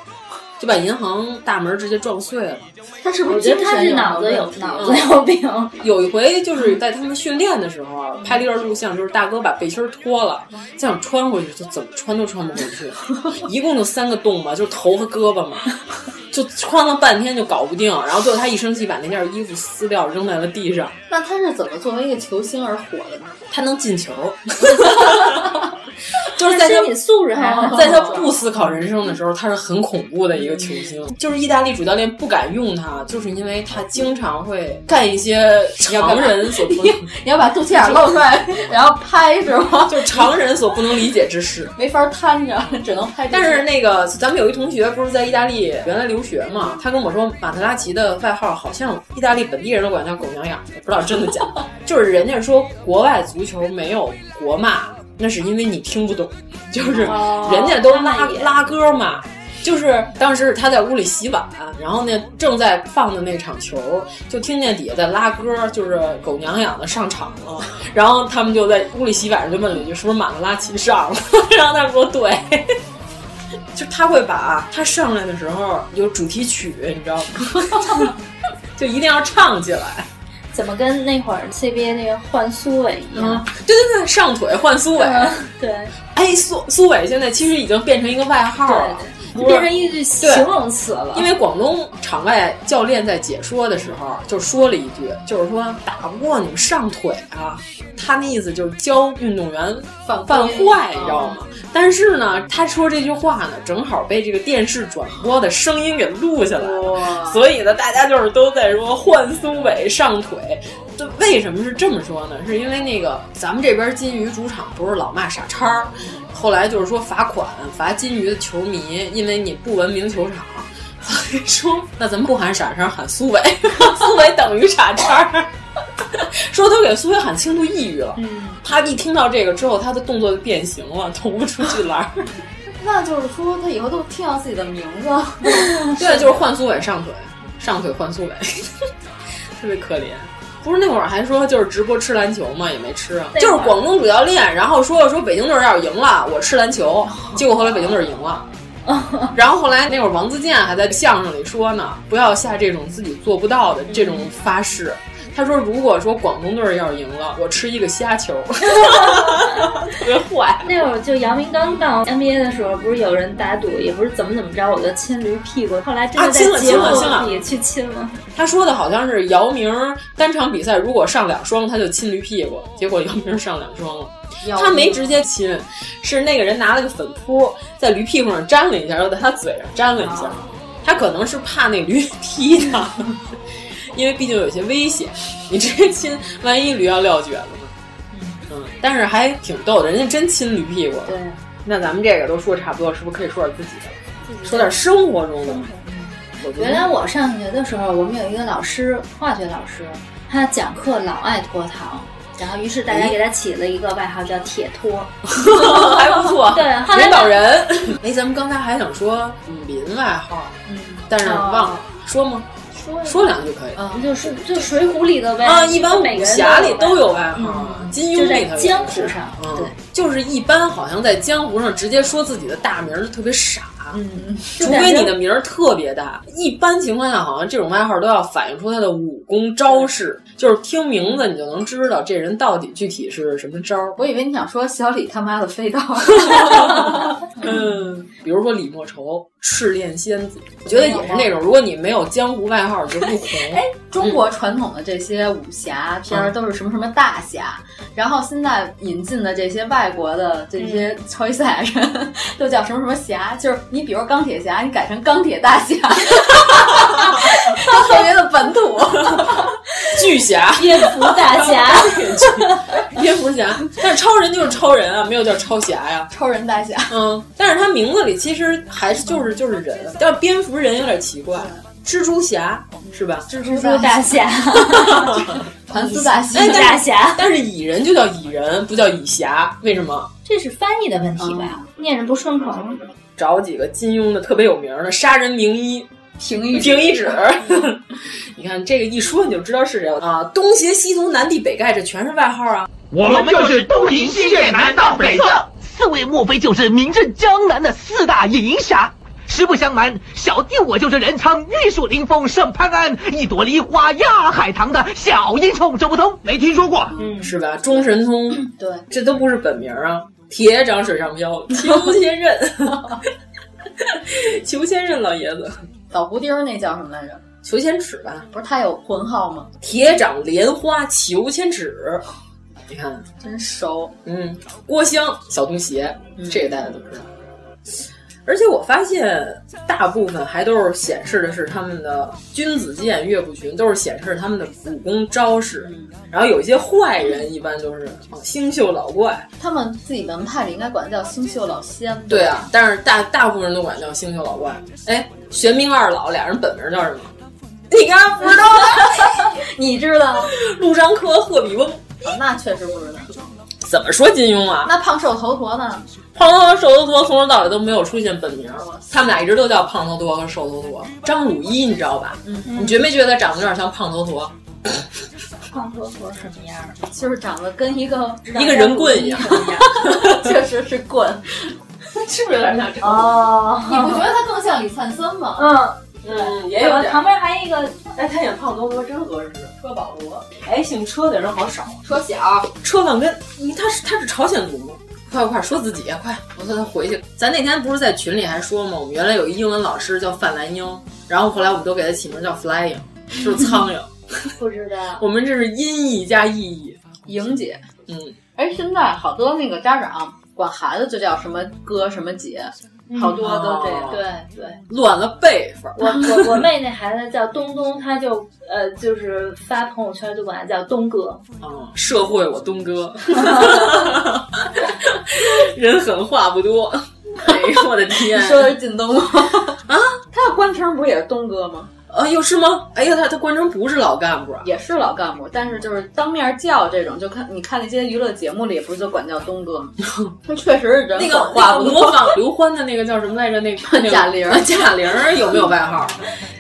Speaker 3: 就把银行大门直接撞碎了。
Speaker 6: 他是不
Speaker 5: 我
Speaker 6: 是
Speaker 5: 觉
Speaker 6: 精
Speaker 5: 得他
Speaker 6: 神
Speaker 5: 是脑子有
Speaker 6: 问题啊
Speaker 5: 脑子有病，
Speaker 3: 有一回就是在他们训练的时候拍了一段录像，就是大哥把背心儿脱了，
Speaker 6: 嗯
Speaker 3: 就想穿回去，就怎么穿都穿不回去，一共就三个洞吧，就是头和胳 膊嘛，就穿了半天就搞不定，然后最后他一生气把那件衣服撕掉扔在了地上，
Speaker 6: 那他是怎么作为一个球星而火的呢？
Speaker 3: 他能进 球， 就是在他哦
Speaker 5: 身体素质还很
Speaker 3: 在他不思考人生的时候，他是很恐怖的一个球星。就是意大利主教练不敢用他，就是因为他经常会干一些 常人所不能。
Speaker 6: 你要把肚脐眼露出来，然后拍是吗？
Speaker 3: 就是常人所不能理解之事。
Speaker 6: 没法摊着，只能拍。
Speaker 3: 但是那个，咱们有一同学不是在意大利原来留学嘛，他跟我说马特拉齐的外号好像意大利本地人都管叫狗娘养，也不知道真的假的。就是人家说国外足球没有国骂，那是因为你听不懂， 就是人家都拉、拉歌嘛。就是当时他在屋里洗碗，然后呢正在放的那场球，就听见底下在拉歌，就是狗娘养的上场了。然后他们就在屋里洗碗，就问了一句：“是不是马德拉齐上了？” 然后他说：“对。” 就他会把他上来的时候有主题曲，你知道吗？ 就一定要唱起来。
Speaker 5: 怎么跟那会儿 CBA 那个换苏伟一样？
Speaker 3: 对对对，上腿换苏伟。
Speaker 5: 嗯 对，
Speaker 3: 哎，苏苏伟现在其实已经变成一个外号了。
Speaker 5: 就变成一句形容词了。
Speaker 3: 因为广东场外教练在解说的时候就说了一句，就是说打不过你们上腿啊，他那意思就是教运动员犯犯坏，你知道吗？但是呢，他说这句话呢，正好被这个电视转播的声音给录下来了，所以呢，大家就是都在说换苏伟上腿。这为什么是这么说呢？是因为那个咱们这边金鱼主场不是老骂傻叉儿，后来就是说罚款罚金鱼的球迷，因为你不文明球场。所以说，那咱们不喊傻叉儿，喊苏伟， 苏伟等于傻叉儿。 说都给苏伟喊轻度抑郁了，他一听到这个之后，他的动作就变形了，投不出去篮儿。
Speaker 6: 那就是说他以后都听到自己的名字，
Speaker 3: 对，就是换苏伟上腿，上腿换苏伟， 特别可怜。不是那会儿还说就是直播吃篮球嘛，也没吃啊，
Speaker 5: 那会
Speaker 3: 就
Speaker 5: 儿
Speaker 3: 是广东主教练，然后说说北京队要是赢了，我吃篮 球，结果后来北京队赢了。然后后来那会儿王自健还在相声里说呢，不要下这种自己做不到的这种发誓。他说如果说广东队要是赢了，我吃一个虾球，特别坏。
Speaker 5: 那会儿就姚明刚到 NBA 的时候，不是有人打赌，也不是怎么怎么着，我就亲驴屁股，后来真的
Speaker 3: 啊亲了
Speaker 5: 在节
Speaker 3: 亲了亲了
Speaker 5: 目里去亲了。
Speaker 3: 他说的好像是姚明单场比赛如果上两双，他就亲驴屁股，结果姚明上两双了。他没直接亲，是那个人拿了个粉扑在驴屁股上粘了一下，又在他嘴上粘了一下。他可能是怕那驴 踢他，因为毕竟有些危险。你直接亲，万一驴要撂蹶子呢？嗯，但是还挺逗的，人家真亲驴屁股了。
Speaker 5: 对，
Speaker 3: 那咱们这个都说差不多，是不是可以说点自己的？说点生活中的？我觉
Speaker 5: 原来
Speaker 3: 得
Speaker 5: 我上学的时候，我们有一个老师，化学老师，他讲课老爱拖堂，然后于是大家给他起了一个外号叫“铁拖”，
Speaker 3: 还不 错，
Speaker 5: 对 后来
Speaker 3: 领导人。 哎，咱们刚才还想说雨林外号，嗯，但是忘了、说吗？
Speaker 5: 说
Speaker 3: 说两句可以。
Speaker 5: 哦嗯，就是就《水浒》里的呗，
Speaker 3: 啊，一般武
Speaker 5: 每个人
Speaker 3: 侠里
Speaker 5: 都
Speaker 3: 都
Speaker 5: 有
Speaker 3: 有外
Speaker 5: 外
Speaker 3: 号啊
Speaker 5: 号，嗯
Speaker 3: 金
Speaker 5: 就
Speaker 3: 庸
Speaker 5: 在
Speaker 3: 里头也
Speaker 5: 江
Speaker 3: 是
Speaker 5: 湖上，
Speaker 3: 嗯
Speaker 5: 对，
Speaker 3: 就是一般好像在江湖上直接说自己的大名儿就特别傻，
Speaker 5: 嗯，就
Speaker 3: 除
Speaker 5: 感
Speaker 3: 非
Speaker 5: 觉
Speaker 3: 你的名儿特别大。一般情况下，好像这种外号都要反映出他的武功招式，就是听名字你就能知道这人到底具体是什么招儿。
Speaker 6: 我以为你想说小李他妈的飞刀，
Speaker 3: 嗯，比如说李莫愁，赤练仙子，我觉得也是那种，如果你没有江湖外号，你就不红。
Speaker 6: 中国 传统的这些武侠片儿都是什么什么大侠，然后现在引进的这些外国的这些超级赛亚人、都叫什么什么侠，就是你比如钢铁侠，你改成钢铁大 侠，特别的本土。
Speaker 3: 巨侠、
Speaker 5: 蝙蝠大侠，
Speaker 3: 蝙蝠侠，但是超人就是超人啊，没有叫超侠呀。
Speaker 6: 超人大侠，
Speaker 3: 嗯，但是他名字里其实还是就是就是人，但是蝙蝠人有点奇怪，蜘蛛侠是吧？蜘蛛
Speaker 5: 蜘蛛大侠，
Speaker 6: 盘丝大侠
Speaker 3: 哎， 但是
Speaker 5: 大侠
Speaker 3: 但是蚁人就叫蚁人，不叫蚁侠，为什么？
Speaker 5: 这是翻译的问题
Speaker 3: 啊
Speaker 5: 吧？念着不顺口吗？
Speaker 3: 找几个金庸的特别有名的杀人名医
Speaker 6: 平一
Speaker 3: 平一指，你看这个一说你就知道是谁了啊！东邪西毒南帝北丐，这全是外号啊！
Speaker 9: 我们就是东平西
Speaker 2: 越南哎到北宋，四位莫非就是名震江南的四大银侠？实不相瞒，小弟我就是仁昌玉树临风圣潘安一朵梨花压海棠的小英雄周伯通。没听说过？
Speaker 3: 嗯，是吧？钟神通，
Speaker 6: 对，
Speaker 3: 这都不是本名啊！铁掌水上漂，裘千仞， 裘千仞老爷子，
Speaker 6: 老胡丁儿那叫什么来着？
Speaker 3: 裘千尺吧？
Speaker 6: 不是他有魂号吗？
Speaker 3: 铁掌莲花裘千尺，你看，
Speaker 6: 真熟，
Speaker 3: 嗯，郭襄、小东邪，这个大家都知道。而且我发现，大部分还都是显示的是他们的君子剑、岳不群，都是显示他们的武功招式。然后有一些坏人，一般都是哦星宿老怪。
Speaker 6: 他们自己门派里应该管叫星宿老仙。
Speaker 3: 对，啊，但是大大部分人都管叫星宿老怪。哎，玄冥二老俩人本名叫什么？你刚刚不知道吗？
Speaker 6: 你知道吗？
Speaker 3: 陆章科、贺比翁。
Speaker 6: 啊那确实不知道。
Speaker 3: 怎么说金庸啊？
Speaker 6: 那胖瘦头陀呢？
Speaker 3: 胖头陀、瘦头陀从头到尾都没有出现本名，他们俩一直都叫胖头陀和瘦头陀。张鲁一你知道吧？嗯，你觉没觉得长得有点像胖头陀？
Speaker 5: 胖婆婆什么样儿？
Speaker 6: 就是长得跟一个
Speaker 3: 一个人棍一样，
Speaker 6: 确实是棍，
Speaker 3: 是不是有点像张？
Speaker 5: 哦，
Speaker 6: 你不觉得他更像李灿森吗？
Speaker 5: 嗯，
Speaker 3: 嗯，也
Speaker 5: 怎
Speaker 3: 有
Speaker 5: 么
Speaker 3: 点。
Speaker 5: 旁边还一个
Speaker 3: 哎，他演胖头陀真合适，车保罗。哎，姓车的人好少啊。
Speaker 6: 车小，
Speaker 3: 车万根，你他是他是朝鲜族吗？快快说自己，快！我说他回去。咱那天不是在群里还说吗？我们原来有一英文老师叫范兰英，然后后来我们都给他起名叫 Flying，就是苍蝇。
Speaker 5: 不知道，
Speaker 3: 我们这是音译加意译。
Speaker 6: 莹姐。
Speaker 3: 嗯，
Speaker 6: 而现在好多那个家长管孩子就叫什么哥什么姐，好多都这样。
Speaker 5: 对对。
Speaker 3: 哦乱了辈分。
Speaker 5: 哦我我我妹那孩子叫东东，他就呃就是发朋友圈就管他叫东 哥，
Speaker 3: 嗯，社会我东 哥，人狠话不多。哎呦我的天！
Speaker 6: 你说的是靳东吗？ 啊，他的官称不是也是东哥吗？
Speaker 3: 啊，又是吗？哎呀，他他关城不是老干部啊。
Speaker 6: 也是老干部，但是就是当面叫这种，就看你看那些娱乐节目里，不是就管叫东哥吗？ 他确实是人
Speaker 3: 那个
Speaker 6: 狠
Speaker 3: 那
Speaker 6: 话
Speaker 3: 个
Speaker 6: 不
Speaker 3: 模
Speaker 6: 多，
Speaker 3: 仿 刘欢的那个叫什么来着？那个那个
Speaker 6: 贾玲儿
Speaker 3: 贾玲儿有没有外号？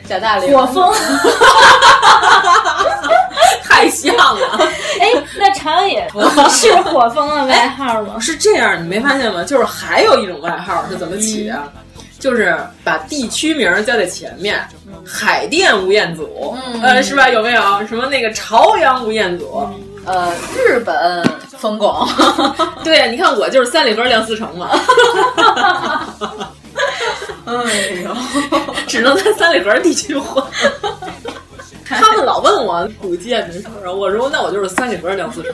Speaker 6: 贾大林
Speaker 5: 火风。
Speaker 3: 太像了，
Speaker 5: 哎，那常野是火风的外号吗？
Speaker 3: 是这样，你没发现吗？就是还有一种外号是怎么起的？就是把地区名儿加在前面，海淀吴彦祖，呃，是吧？有没有什么那个朝阳吴彦祖？
Speaker 6: 呃，日本疯狗，
Speaker 3: 对，啊你看我就是三里屯梁思成嘛，
Speaker 6: 哎 呦，
Speaker 3: 只能在三里屯地区混。他们老问我古啊建的事儿，我说那我就是三里屯梁思成。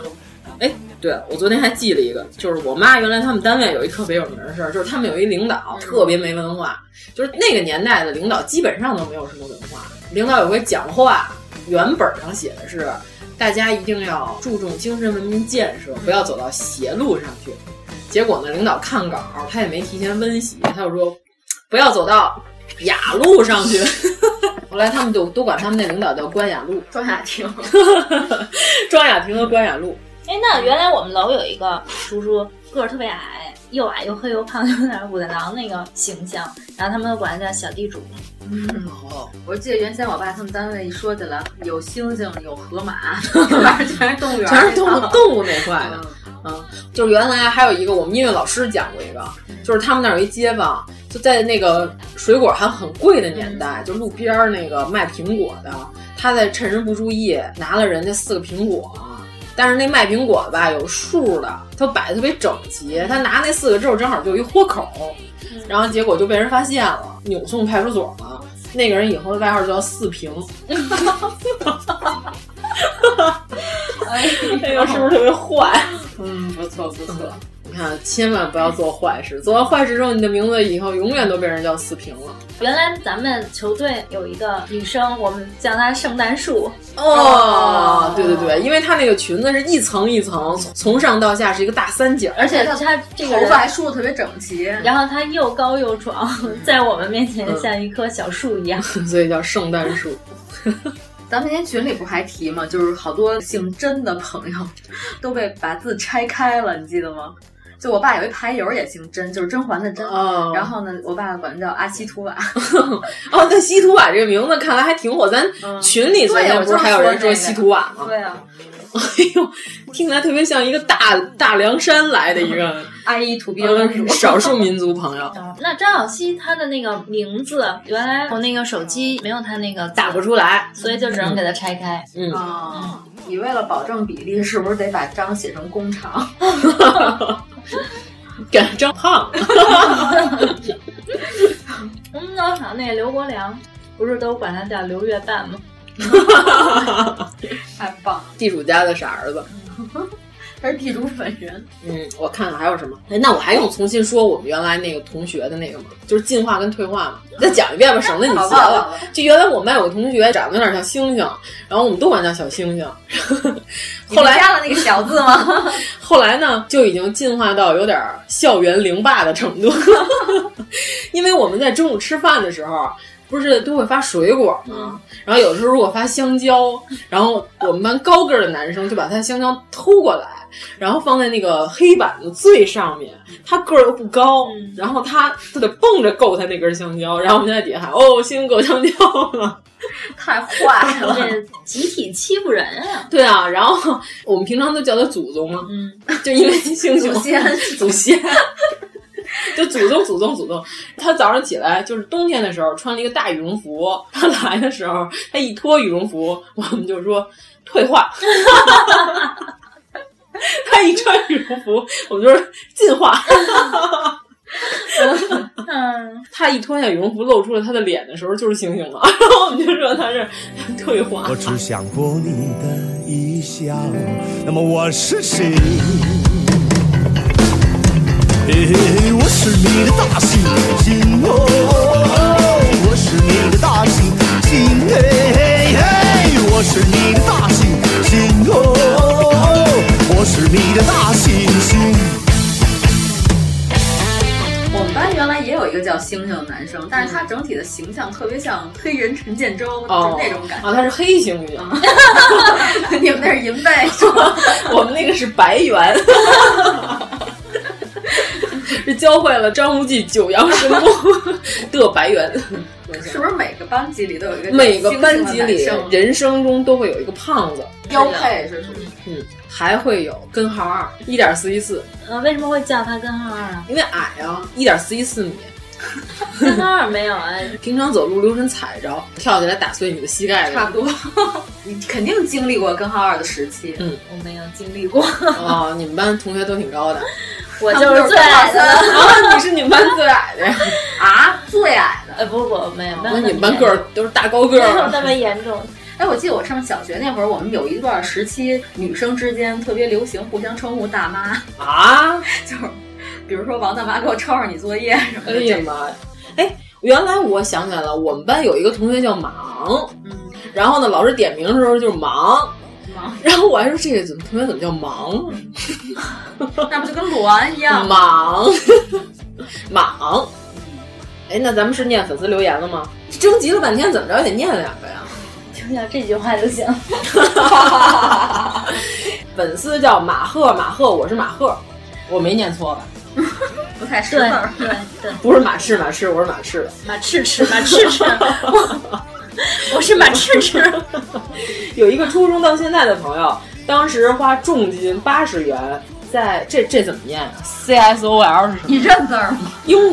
Speaker 3: 哎，对了，我昨天还记了一个，就是我妈原来他们单位有一特别有名的事儿，就是他们有一领导特别没文化，就是那个年代的领导基本上都没有什么文化。领导有回讲话，原本上写的是大家一定要注重精神文明建设，不要走到邪路上去。结果呢，领导看稿，他也没提前温习，他就说不要走到雅路上去。 后来他们就都管他们那领导叫关雅路，
Speaker 6: 庄雅婷，
Speaker 3: 庄雅婷和关雅路。
Speaker 5: 哎，那原来我们楼有一个叔叔，个儿特别矮，又矮又黑又胖，有点武大郎那个形象，然后他们都管他叫小地主。
Speaker 6: 嗯
Speaker 3: 哦，
Speaker 6: 我记得原先我爸他们单位一说起来，有猩猩，有河 马，反正全是动物园，
Speaker 3: 全是动物动物那块的
Speaker 6: 嗯。
Speaker 3: 嗯，就是原来还有一个我们音乐老师讲过一个，就是他们那儿有一街坊，就在那个水果还很贵的年代，就路边儿那个卖苹果的，他在趁人不注意拿了人家四个苹果，但是那卖苹果的吧有数的，他摆的特别整齐，他拿那四个之后正好就一豁口，然后结果就被人发现了，扭送派出所了。那个人以后的外号就叫四平， 哎呦，是不是特别坏？
Speaker 6: 嗯，不错不错，
Speaker 3: 你看，千万不要做坏事，做完坏事之后，你的名字以后永远都被人叫四平了。
Speaker 5: 原来咱们球队有一个女生，我们叫她圣诞树，
Speaker 3: 哦，对对对，因为她那个裙子是一层一层，从上到下是一个大三角，
Speaker 5: 而且她这个
Speaker 6: 头
Speaker 5: 人
Speaker 6: 发还梳的特别整齐，
Speaker 5: 然后他又高又壮，
Speaker 6: 嗯
Speaker 5: 在我们面前像一棵小树 一样。
Speaker 3: 所以叫圣诞树。
Speaker 6: 咱们那天群里不还提吗？就是好多姓甄的朋友都被把字拆开了，你记得吗？就我爸有一牌友也姓甄，就是甄嬛的甄。
Speaker 3: 哦
Speaker 6: 嗯然后呢，我爸管他叫阿西 图瓦。
Speaker 3: 哦，那西图瓦这个名字看来还挺火，咱
Speaker 6: 嗯
Speaker 3: 群里昨
Speaker 6: 对
Speaker 3: 天
Speaker 6: 我
Speaker 3: 不是
Speaker 6: 就
Speaker 3: 还有
Speaker 6: 说
Speaker 3: 人
Speaker 6: 这
Speaker 3: 说
Speaker 6: 个
Speaker 3: 西图瓦吗？
Speaker 6: 对啊，
Speaker 3: 哎呦，听起来特别像一个大大凉山来的一个嗯
Speaker 6: 阿依
Speaker 3: 哦
Speaker 6: 图比的公主。
Speaker 3: 少数民族朋友，
Speaker 5: 那张小希她的那个名字，原来我那个手机没有她那个字
Speaker 3: 打不，出来。
Speaker 5: 所以就只能给它拆开。
Speaker 3: 嗯，
Speaker 6: 啊，你为了保证比例，是不是得把张写成工厂？
Speaker 3: 感觉真胖。
Speaker 5: 我们老想那个刘国梁， 不是都管他叫刘月半吗？
Speaker 6: 太棒了，
Speaker 3: 地主家的傻儿子。
Speaker 6: 他是地主本人。
Speaker 3: 嗯，我看看还有什么？哎，那我还用重新说我们原来那个同学的那个吗？就是进化跟退化嘛。再讲一遍 吧，省得你
Speaker 6: 好
Speaker 3: 记
Speaker 6: 吧好吧
Speaker 3: 了。就原来我们班有个同学长得有点像猩猩，然后我们都管他叫小猩 猩。后
Speaker 6: 你们
Speaker 3: 来
Speaker 6: 加了那个小字吗？
Speaker 3: 后来呢，就已经进化到有点校园凌霸的程度，因为我们在中午吃饭的时候。不是都会发水果吗？然后有的时候如果发香蕉，然后我们班高个儿的男生就把他香蕉偷过来，然后放在那个黑板的最上面。他个儿又不高，然后他就得蹦着够他那根香蕉，然后我们就在底下喊：“哦，新够香蕉了！”
Speaker 5: 太坏了， 这集体欺负人啊！
Speaker 3: 对啊，然后我们平常都叫他祖宗嘛，嗯，就因为 姓祖
Speaker 5: 祖先
Speaker 3: 祖先。 就祖宗祖宗祖宗，他早上起来就是冬天的时候穿了一个大羽绒服， 他来的时候他一脱羽绒服，我们就说退化。 他一穿羽绒服，我们就是进化。
Speaker 5: 嗯，
Speaker 3: 他一脱下羽绒服，露出了他的脸的时候，就是猩猩了。 然后我们就说他是退化。
Speaker 9: 我只想博你的一笑，那么我是谁？嘿，我是你的大猩猩哦，我是你的大猩猩嘿嘿嘿，我是你的大猩猩哦，我是你的大猩猩。
Speaker 6: 我们班原来也有一个叫星星的男生，但是他整体的形象特别像黑人陈建州，
Speaker 3: 哦
Speaker 6: 就是那种感觉。
Speaker 3: 啊，他是黑猩猩，
Speaker 6: 你们那是银背是吧？
Speaker 3: 我们那个是白猿，是教会了张无忌九阳神功的白猿。
Speaker 6: 是不是每个班级里都有一个叫
Speaker 3: 每个
Speaker 6: 星星的
Speaker 3: 班级里
Speaker 6: 男生
Speaker 3: 人生中都会有一个胖子，
Speaker 6: 标配是什么？
Speaker 3: 嗯，还会有根号二一点四一四，
Speaker 5: 呃，为什么会叫他根号二 啊？
Speaker 3: 因为矮啊，一点四一四米，
Speaker 5: 根号二没有啊？
Speaker 3: 平常走路留神踩着，跳起来打碎你的膝盖的，
Speaker 6: 差不多，你肯定经历过根号二的时期。
Speaker 3: 嗯，
Speaker 5: 我没有经历 过，
Speaker 3: 啊、你们班同学都挺高的，
Speaker 5: 我就是最矮的。
Speaker 3: 然后你是你们班最矮的，
Speaker 6: 啊，最矮的。
Speaker 5: 呃，不不，没有，没有
Speaker 3: 那
Speaker 5: 么
Speaker 3: 你们班个儿啊都是大高个
Speaker 5: 严重没有
Speaker 3: 儿，
Speaker 5: 那么严重。
Speaker 6: 哎，我记得我上小学那会儿，我们有一段时期，女生之间特别流行互相称呼大妈，
Speaker 3: 啊，
Speaker 6: 就是比如说王大妈给我抄抄你作业什么
Speaker 3: 哎
Speaker 6: 的。
Speaker 3: 呀妈呀！哎，原来我想起来了，我们班有一个同学叫马昂，
Speaker 6: 嗯，
Speaker 3: 然后呢，老师点名的时候就是忙，
Speaker 6: 忙
Speaker 3: 然后我还说这个怎么同学怎么叫忙
Speaker 6: 那不就跟裸安一样吗？
Speaker 3: 忙忙？哎，那咱们是念粉丝留言了吗？征集了半天，怎么着也得念两个呀？
Speaker 5: 就要这句话就 行。
Speaker 3: 粉丝叫马赫，马赫，我是马赫，我没念错吧？
Speaker 6: 不太识字
Speaker 5: 对
Speaker 6: 儿。
Speaker 5: 对对，
Speaker 3: 不是马赤，马赤，我是马赤的。
Speaker 5: 马赤赤，马赤 赤，我 我是马赤赤。
Speaker 3: 有一个初中到现在的朋友，当时花重金八十元，在这这怎么念啊？C S O L 是什么？
Speaker 6: 你认字儿吗？哦
Speaker 3: 英文、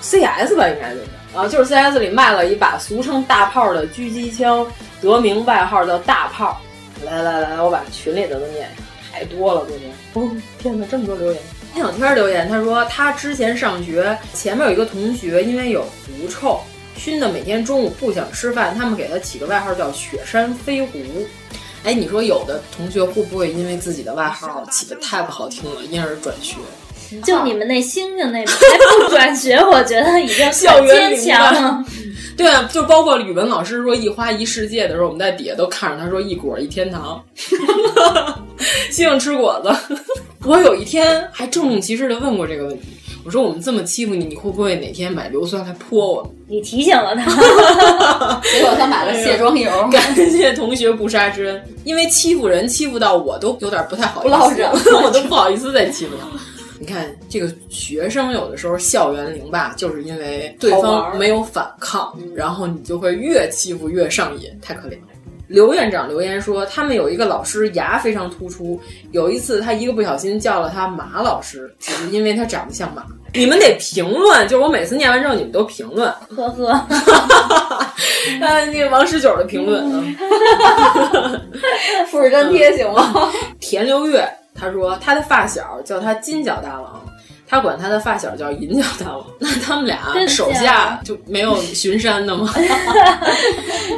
Speaker 3: c
Speaker 5: 哦
Speaker 3: S 吧，应该就是啊，就是 C S 里卖了一把俗称大炮的狙击枪，得名外号叫大炮。来来来，我把群里的都念，太多了，最近。哦，天哪，这么多留言！前两天留言，他说他之前上学前面有一个同学，因为有狐臭，熏得每天中午不想吃饭，他们给他起个外号叫“雪山飞狐”。哎，你说有的同学会不会因为自己的外号起的太不好听了，因而转学？
Speaker 5: 就你们那星星那种，还不转学，我觉得已经
Speaker 3: 校
Speaker 5: 很
Speaker 3: 园
Speaker 5: 坚
Speaker 3: 凌
Speaker 5: 强了
Speaker 3: 乱。 对啊，就包括语文老师说“一花一世界”的时候，我们在底下都看着他说“一果一天 堂”，星星吃果子。我有一天还郑重其事的问过这个问题，我说我们这么欺负你，你会不会哪天买硫酸来泼我们？
Speaker 5: 你提醒了他，
Speaker 6: 结果他买了卸妆油，
Speaker 3: 感谢同学不杀之恩，因为欺负人欺负到我都有点不太好意思，
Speaker 6: 不落忍
Speaker 3: 我都不好意思再欺负他。你看，这个学生有的时候校园凌霸，就是因为对
Speaker 6: 好玩
Speaker 3: 方
Speaker 6: 儿嗯
Speaker 3: 没有反抗，然后你就会越欺负越上瘾，太可怜了。刘院长留言说，他们有一个老师牙非常突出，有一次他一个不小心叫了他马老师，只是因为他长得像马。你们得评论，就是我每次念完之后，你们都评论。
Speaker 5: 呵呵，
Speaker 3: 呃，那个王十九的评论，嗯。
Speaker 6: 富士粘贴行吗？
Speaker 3: 田流月他说他的发小叫他金角大王，他管他的发小叫银角大王。那他们俩
Speaker 5: 真假
Speaker 3: 手下就没有巡山的 吗？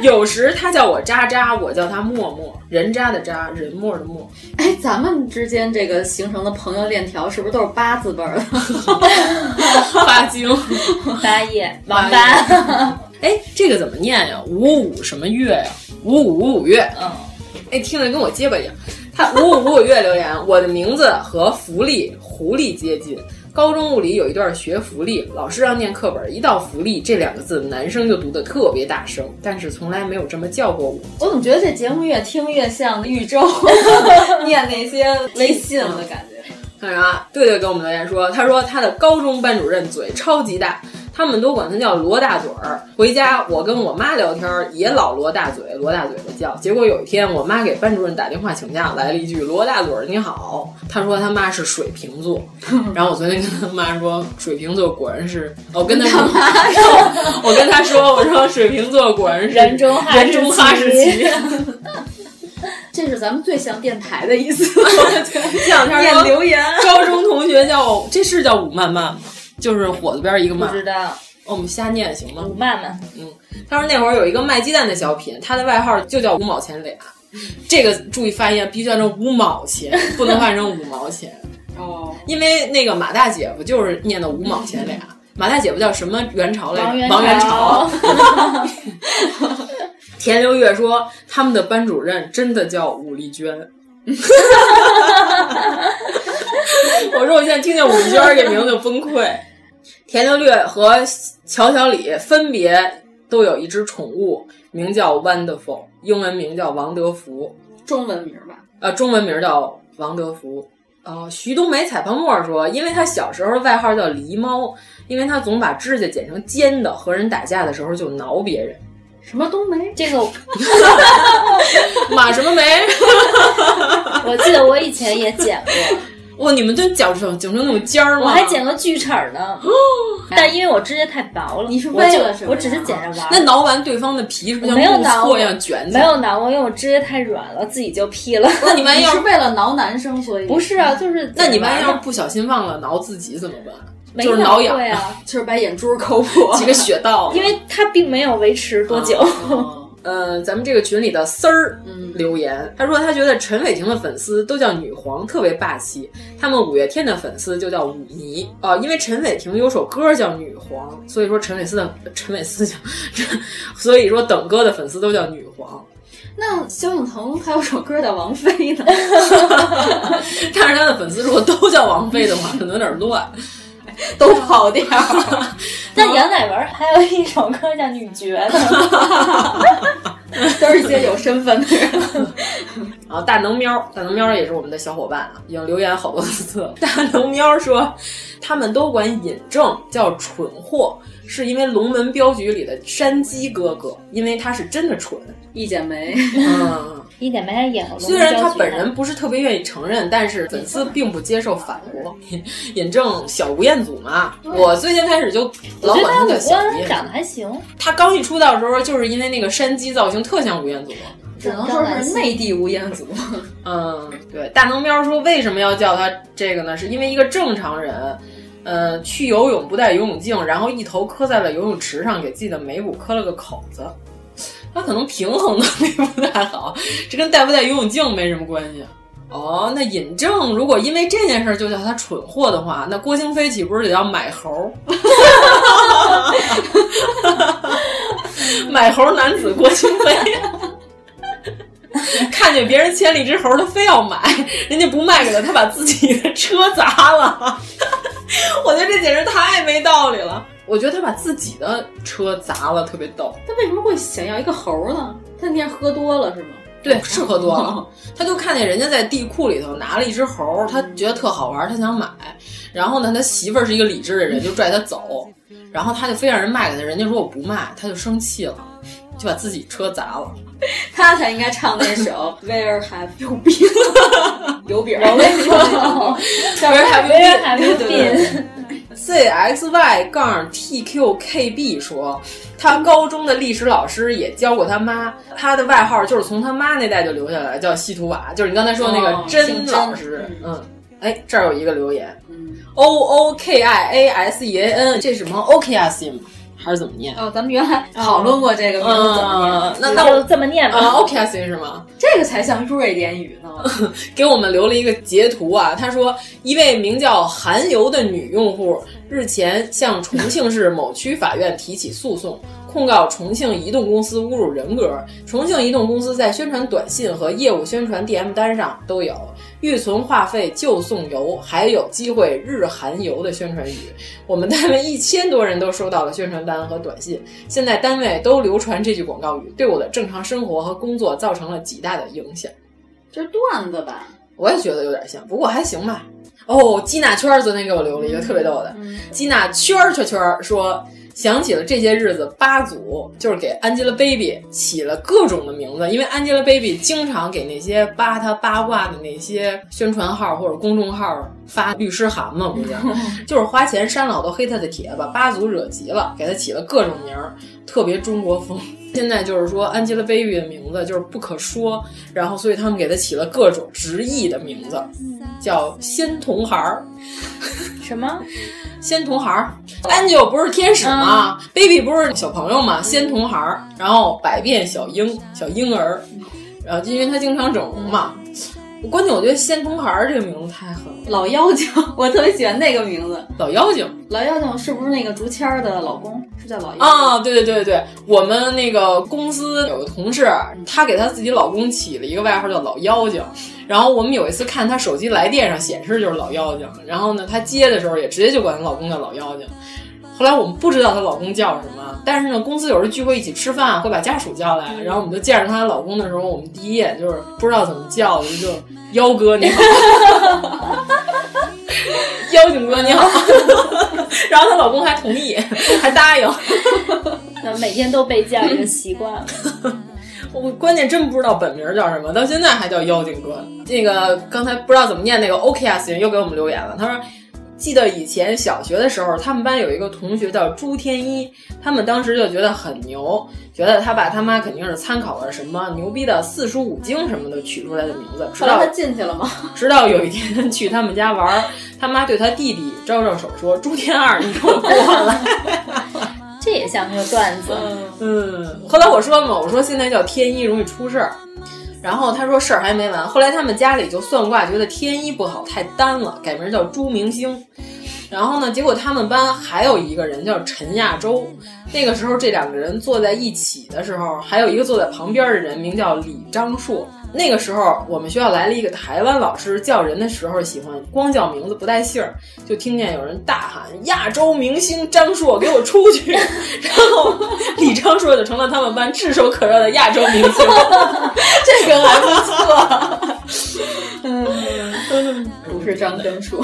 Speaker 3: 有时他叫我渣渣，我叫他默默，人渣的渣，人默的默。
Speaker 6: 哎，咱们之间这个形成的朋友链条是不是都是八字辈儿 的？
Speaker 3: 八经，
Speaker 5: 八爷，王八，
Speaker 3: 哎，这个怎么念呀？五五什么月呀？五五五五月。
Speaker 5: 嗯，
Speaker 3: 哎，听着跟我结巴一样。他五五五五月留言，我的名字和福利狐狸接近，高中物理有一段学福利，老师让念课本，一到福利这两个字，男生就读得特别大声，但是从来没有这么叫过我。
Speaker 6: 我怎么觉得这节目越听越像宇宙念那些微信了的感觉？
Speaker 3: 看啥？对对，给我们留言说，他说他的高中班主任嘴超级大，他们都管他叫罗大嘴儿。回家我跟我妈聊天儿也老罗大嘴，罗大嘴的叫。结果有一天我妈给班主任打电话请假，来了一句罗大嘴儿你好。他说他妈是水瓶 座，然后我昨天跟他妈说水瓶座果然是，我跟他说， 我跟他说我说水瓶座果然是
Speaker 5: 人中哈
Speaker 3: 人中哈士 奇。
Speaker 6: 这是咱们最像电台的一次。
Speaker 3: 这两天
Speaker 6: 念留言，
Speaker 3: 高中同学叫这是叫武曼曼吗？就是火字边一个
Speaker 5: 不
Speaker 3: 曼。
Speaker 5: 知道，
Speaker 3: 哦我们瞎念行吗？
Speaker 5: 吴曼曼，
Speaker 3: 嗯，他说那会儿有一个卖鸡蛋的小品，他的外号就叫五毛钱俩。
Speaker 5: 嗯
Speaker 3: 这个注意发音，必须按照五毛钱，不能换成五毛 钱。
Speaker 6: 哦，
Speaker 3: 因为那个马大姐夫就是念的五毛钱俩。马大姐夫叫什么元朝来
Speaker 5: 嗯王
Speaker 3: 着？
Speaker 5: 元
Speaker 3: 王元朝
Speaker 5: 朝。
Speaker 3: 田流月说，他们的班主任真的叫武丽娟。 我说我现在听见武丽娟这名字就崩溃。田流月和乔小李分别都有一只宠物，名叫 Wonderful，英文名叫王德福，
Speaker 6: 中文名吧。
Speaker 3: 呃，中文名叫王德福。哦，徐冬梅采泡沫说，因为他小时候外号叫狸猫，因为他总把指甲剪成尖的，和人打架的时候就挠别 人。
Speaker 6: 什么冬梅？
Speaker 5: 这个
Speaker 3: 马什么梅？
Speaker 5: 我记得我以前也剪过，
Speaker 3: 哇，哦你们真剪成剪成那种尖儿吗？
Speaker 5: 我还剪过锯齿儿呢，但因为我指甲太薄了，
Speaker 6: 你是
Speaker 5: 我
Speaker 6: 为
Speaker 5: 就
Speaker 6: 了什么呀
Speaker 5: 我只是剪着玩儿。
Speaker 3: 那挠完对方的皮是不是像
Speaker 5: 我没有
Speaker 3: 木
Speaker 5: 挠
Speaker 3: 错
Speaker 5: 过，
Speaker 3: 一样卷起
Speaker 5: 没
Speaker 3: 来？
Speaker 5: 有挠过，因为我指甲太软了，自己就劈了。
Speaker 3: 那 你万一
Speaker 6: 你
Speaker 3: 要
Speaker 6: 是为了挠男生，所以
Speaker 5: 不是啊，就是
Speaker 3: 那你
Speaker 5: 们
Speaker 3: 万一要不小心忘了挠自己怎么办？
Speaker 5: 没
Speaker 3: 就是
Speaker 5: 挠
Speaker 3: 挠痒
Speaker 5: 过呀，
Speaker 6: 就是把眼珠抠破
Speaker 3: 几个血 道。
Speaker 5: 因为它并没有维持多久。
Speaker 6: 啊 哦
Speaker 3: 呃，咱们这个群里的丝儿
Speaker 6: 嗯
Speaker 3: 留言，他说他觉得陈伟霆的粉丝都叫女皇，特别霸气。他们五月天的粉丝就叫舞迷啊、因为陈伟霆有首歌叫《女皇》，所以说陈伟思的陈伟思讲，所以说等哥的粉丝都叫女皇。
Speaker 6: 那萧敬腾还有首歌叫《王菲》 呢，
Speaker 3: 但是他的粉丝如果都叫王菲的话，可能有点乱。
Speaker 6: 都跑 调。
Speaker 5: 但杨乃文还有一首歌叫《女爵》呢，
Speaker 6: 都是一些有身份的 人。
Speaker 3: 然后大能喵，大能喵也是我们的小伙伴啊，已经留言好多次了。 大能喵说，他们都管尹正叫蠢货，是因为龙门镖局里的山鸡哥哥，因为他是真的 蠢。
Speaker 6: 易姐梅，
Speaker 3: 嗯，
Speaker 5: 一点没演过。
Speaker 3: 虽然他本人不是特别愿意承认，但是粉丝并不接受反驳。尹正小吴彦祖嘛，我最先开始就
Speaker 5: 我
Speaker 3: 老
Speaker 5: 觉
Speaker 3: 管
Speaker 5: 得他
Speaker 3: 他叫
Speaker 5: 五
Speaker 3: 小吴
Speaker 5: 官
Speaker 3: 彦
Speaker 5: 长得
Speaker 3: 祖。
Speaker 5: 还行，
Speaker 3: 他刚一出道的时候，就是因为那个山鸡造型特像吴彦祖。
Speaker 6: 只能说是内地吴彦祖。
Speaker 3: 嗯，对，大能喵说为什么要叫他这个呢？是因为一个正常人，呃，去游泳不带游泳镜，然后一头磕在了游泳池上，给自己的眉骨磕了个口子。他可能平衡能力不太好，这跟戴不戴游泳镜没什么关系。哦，那尹正如果因为这件事儿就叫他蠢货的话，那郭京飞岂不是得要买猴儿？ 买猴儿男子郭京飞。 看见别人牵了一只猴，他非要买，人家不卖给他，他把自己的车砸了。 我觉得这简直太没道理了。我觉得他把自己的车砸了，特别逗。
Speaker 6: 他为什么会想要一个猴呢？他那天喝多了是吗？
Speaker 3: 对，是喝多 了，他就看见人家在地库里头拿了一只猴，他觉得特好玩，他想买。然后呢，他媳妇儿是一个理智的人，就拽他走。然后他就非让人卖给他，人家说我不卖，他就生气了，就把自己车砸了。
Speaker 6: 他才应该唱那首《Where Have You Been》有 饼，
Speaker 3: 不是还
Speaker 5: 没人还没有
Speaker 6: 对
Speaker 5: 变。
Speaker 3: ZXY 杠 TQKB 说，他高中的历史老师也教过他妈，他的外号就是从他妈那代就留下来，叫西图瓦，就是你刚才说那
Speaker 6: 哦
Speaker 3: 个
Speaker 6: 姓
Speaker 3: 甄
Speaker 6: 甄
Speaker 3: 老师。嗯，哎，这儿有一个留言
Speaker 6: 嗯
Speaker 3: ，O O K I A S E A N，这是什么 O K S E M 还是怎么念？
Speaker 6: 哦，咱们原来讨论过这个名字怎么念
Speaker 3: 嗯，，那那
Speaker 5: 就
Speaker 3: 我
Speaker 5: 这么念吧。
Speaker 3: 啊 O K S M 是吗？
Speaker 6: 呃哦这个才像瑞典语呢。
Speaker 3: 给我们留了一个截图啊，他说一位名叫韩游的女用户日前向重庆市某区法院提起诉讼，控告重庆移动公司侮辱人格。重庆移动公司在宣传短信和业务宣传 DM 单上都有“预存话费就送油”，还有“机会日韩游”的宣传语。我们单位一千多人都收到了宣传单和短信，现在单位都流传这句广告语，对我的正常生活和工作造成了极大的影响。
Speaker 6: 这是段子吧？
Speaker 3: 我也觉得有点像，不过还行吧。哦，鸡娜圈儿昨天给我留了一个特别逗的，鸡娜圈儿圈圈儿说。想起了这些日子，八组就是给 Angelababy 起了各种的名字，因为 Angelababy 经常给那些扒她八卦的那些宣传号或者公众号发律师函嘛，不是，就是花钱删了好多黑她的帖，把八组惹急了，给她起了各种名儿，特别中国风。 现在就是说 Angelababy 的名字就是不可说，然后所以他们给她起了各种直译的名字，叫仙童孩儿，
Speaker 5: 什么？
Speaker 3: 仙童孩儿，Angel 不是天使吗、b a b y 不是小朋友吗？仙童孩儿，然后百变小婴，小婴儿，然后因为他经常整容嘛。关键我觉得仙童孩儿这个名字太狠了，
Speaker 6: 老妖精，我特别喜欢那个名字。
Speaker 3: 老妖精
Speaker 6: 老妖精是不是那个竹签儿的老公？是叫老妖精？
Speaker 3: 啊，对对对对，我们那个公司有个同事，她给她自己老公起了一个外号叫老妖精。然后我们有一次看她手机来电上显示就是老妖精，然后呢，她接的时候也直接就管她老公叫老妖精。后来我们不知道她老公叫什么，但是呢，公司有时候聚会一起吃饭会把家属叫来，然后我们就见着她老公的时候，我们第一眼就是不知道怎么叫的，就妖哥你好，妖精哥你好， 然后她老公还同意，还答应。
Speaker 5: 那每天都被叫已经习惯了。
Speaker 3: 我关键真不知道本名叫什么，到现在还叫妖精哥。那个刚才不知道怎么念那个 OKS 人又给我们留言了，他说。记得以前小学的时候，他们班有一个同学叫朱天一，他们当时就觉得很牛，觉得他爸他妈肯定是参考了什么牛逼的四书五经什么的取出来的名字。直
Speaker 6: 后来
Speaker 3: 到
Speaker 6: 他进去了吗？
Speaker 3: 直到有一天去他们家玩儿，他妈对他弟弟招招手说：“朱天二，你给我过来。”
Speaker 5: 这也像个段子，
Speaker 3: 嗯，后来我说嘛，我说现在叫天一容易出事儿，然后他说事儿还没完，后来他们家里就算卦，觉得天一不好，太单了，改名叫朱明星。然后呢，结果他们班还有一个人叫陈亚洲，那个时候这两个人坐在一起的时候，还有一个坐在旁边的人名叫李张硕。那个时候我们学校来了一个台湾老师，叫人的时候喜欢光叫名字不带姓儿，就听见有人大喊“亚洲明星张硕，给我出去！” 然后李张硕就成了他们班炙手可热的亚洲明星。这个还不错。
Speaker 6: 不是张根硕，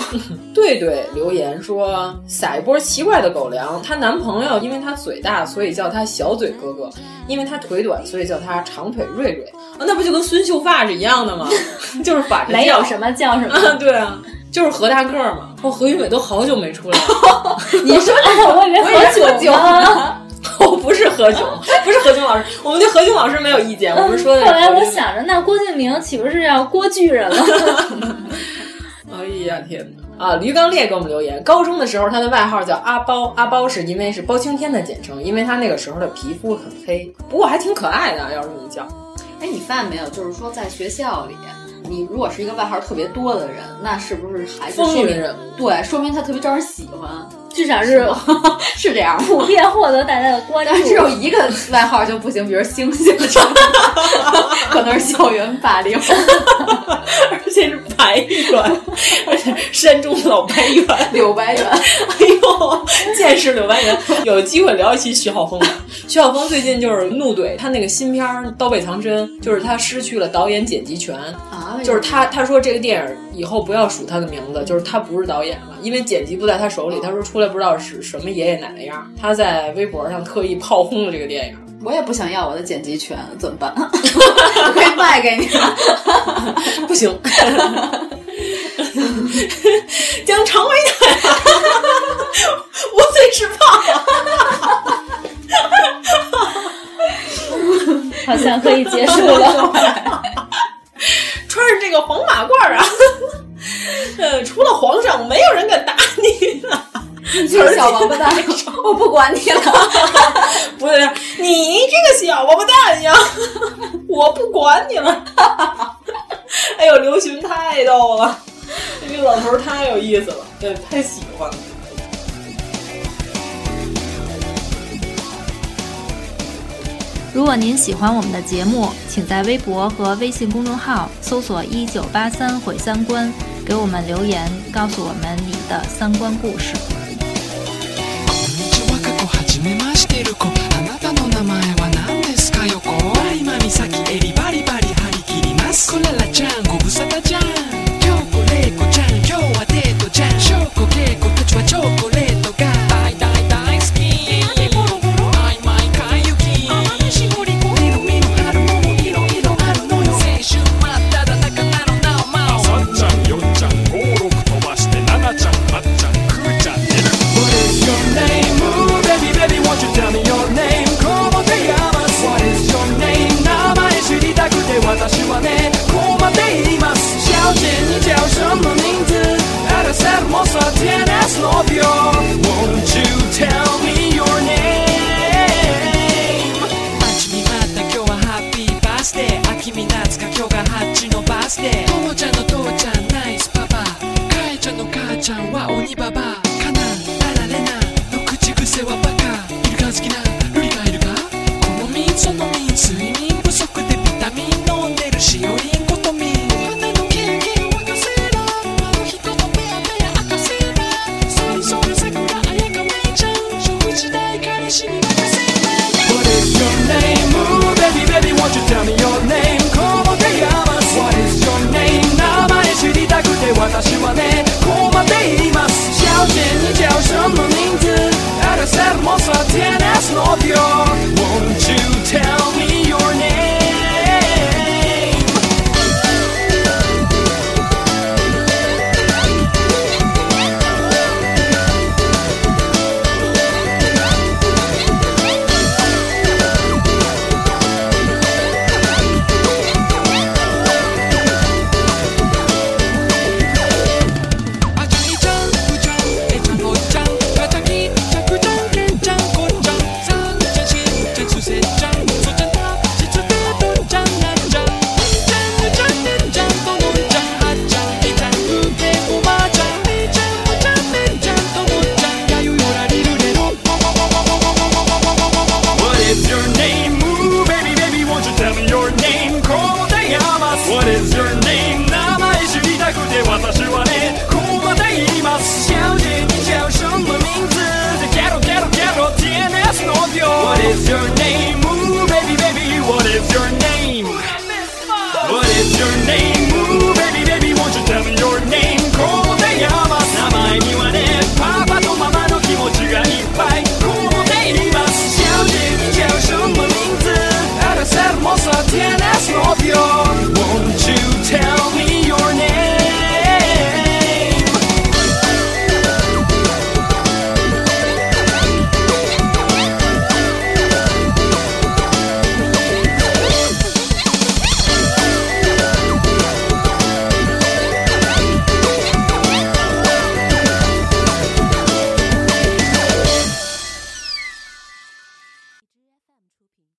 Speaker 3: 对对留言说撒一波奇怪的狗粮。她男朋友因为她嘴大，所以叫她小嘴哥哥；因为她腿短，所以叫她长腿瑞瑞。啊，那不就跟孙秀发是一样的吗？就是反着叫
Speaker 5: 没有什么叫什
Speaker 3: 啊，
Speaker 5: 么。
Speaker 3: 对啊，就是何大个儿嘛。哦，何云伟都好久没出来了。
Speaker 5: 你 说的，我以为何炅呢。
Speaker 3: 哦，不是何炅，不是何炅老师，我们对何炅老师没有意见，我们说的。
Speaker 5: 后来我，想着，那郭敬明岂不是要郭巨人了？
Speaker 3: 哎呀天哪！啊，驴刚烈给我们留言，高中的时候他的外号叫阿包，阿包是因为是包青天的简称，因为他那个时候的皮肤很黑，不过还挺可爱的啊，要是这么叫。
Speaker 6: 哎，你发现没有？就是说，在学校里，你如果是一个外号特别多的人，那是不是还是
Speaker 3: 风
Speaker 6: 说
Speaker 3: 云
Speaker 6: 明
Speaker 3: 人物
Speaker 6: 对，说明他特别招人喜欢，
Speaker 5: 至少是
Speaker 6: 吗 是这样吗。
Speaker 5: 普遍获得大家的关注
Speaker 6: 但。是只有一个外号就不行，比如星星， 可能是校园霸 凌。
Speaker 3: 而且是白猿，而且山中老白猿，
Speaker 6: 柳白猿
Speaker 3: 哎呦，见识柳白猿，有机会聊一期徐浩峰吧。徐浩峰最近就是怒怼他那个新片儿《刀背藏身》，就是他失去了导演剪辑权，
Speaker 6: 啊
Speaker 3: 就是他他说这个电影以后不要署他的名字，就是他不是导演了，因为剪辑不在他手里。他说出来不知道是什么爷爷奶奶样儿。他在微博上特意炮轰了这个电影。
Speaker 6: 我也不想要我的剪辑权，怎么办？我可以卖给你。
Speaker 3: 不行，将肠胃带来， 我最是胖。
Speaker 5: 好像可以结束了。
Speaker 3: 穿上这个黄马褂啊，呃，除了皇上，没有人敢打你了。
Speaker 6: 你这个小王八蛋，我不管你了。
Speaker 3: 不对，你这个小王八蛋呀！我不管你了。哎呦，刘询太逗了，这老头儿太有意思了，对，太喜欢了。
Speaker 7: 如果您喜欢我们的节目，请在微博和微信公众号搜索“一九八三毁三观”，给我们留言，告诉我们你的三观故事。
Speaker 3: What is your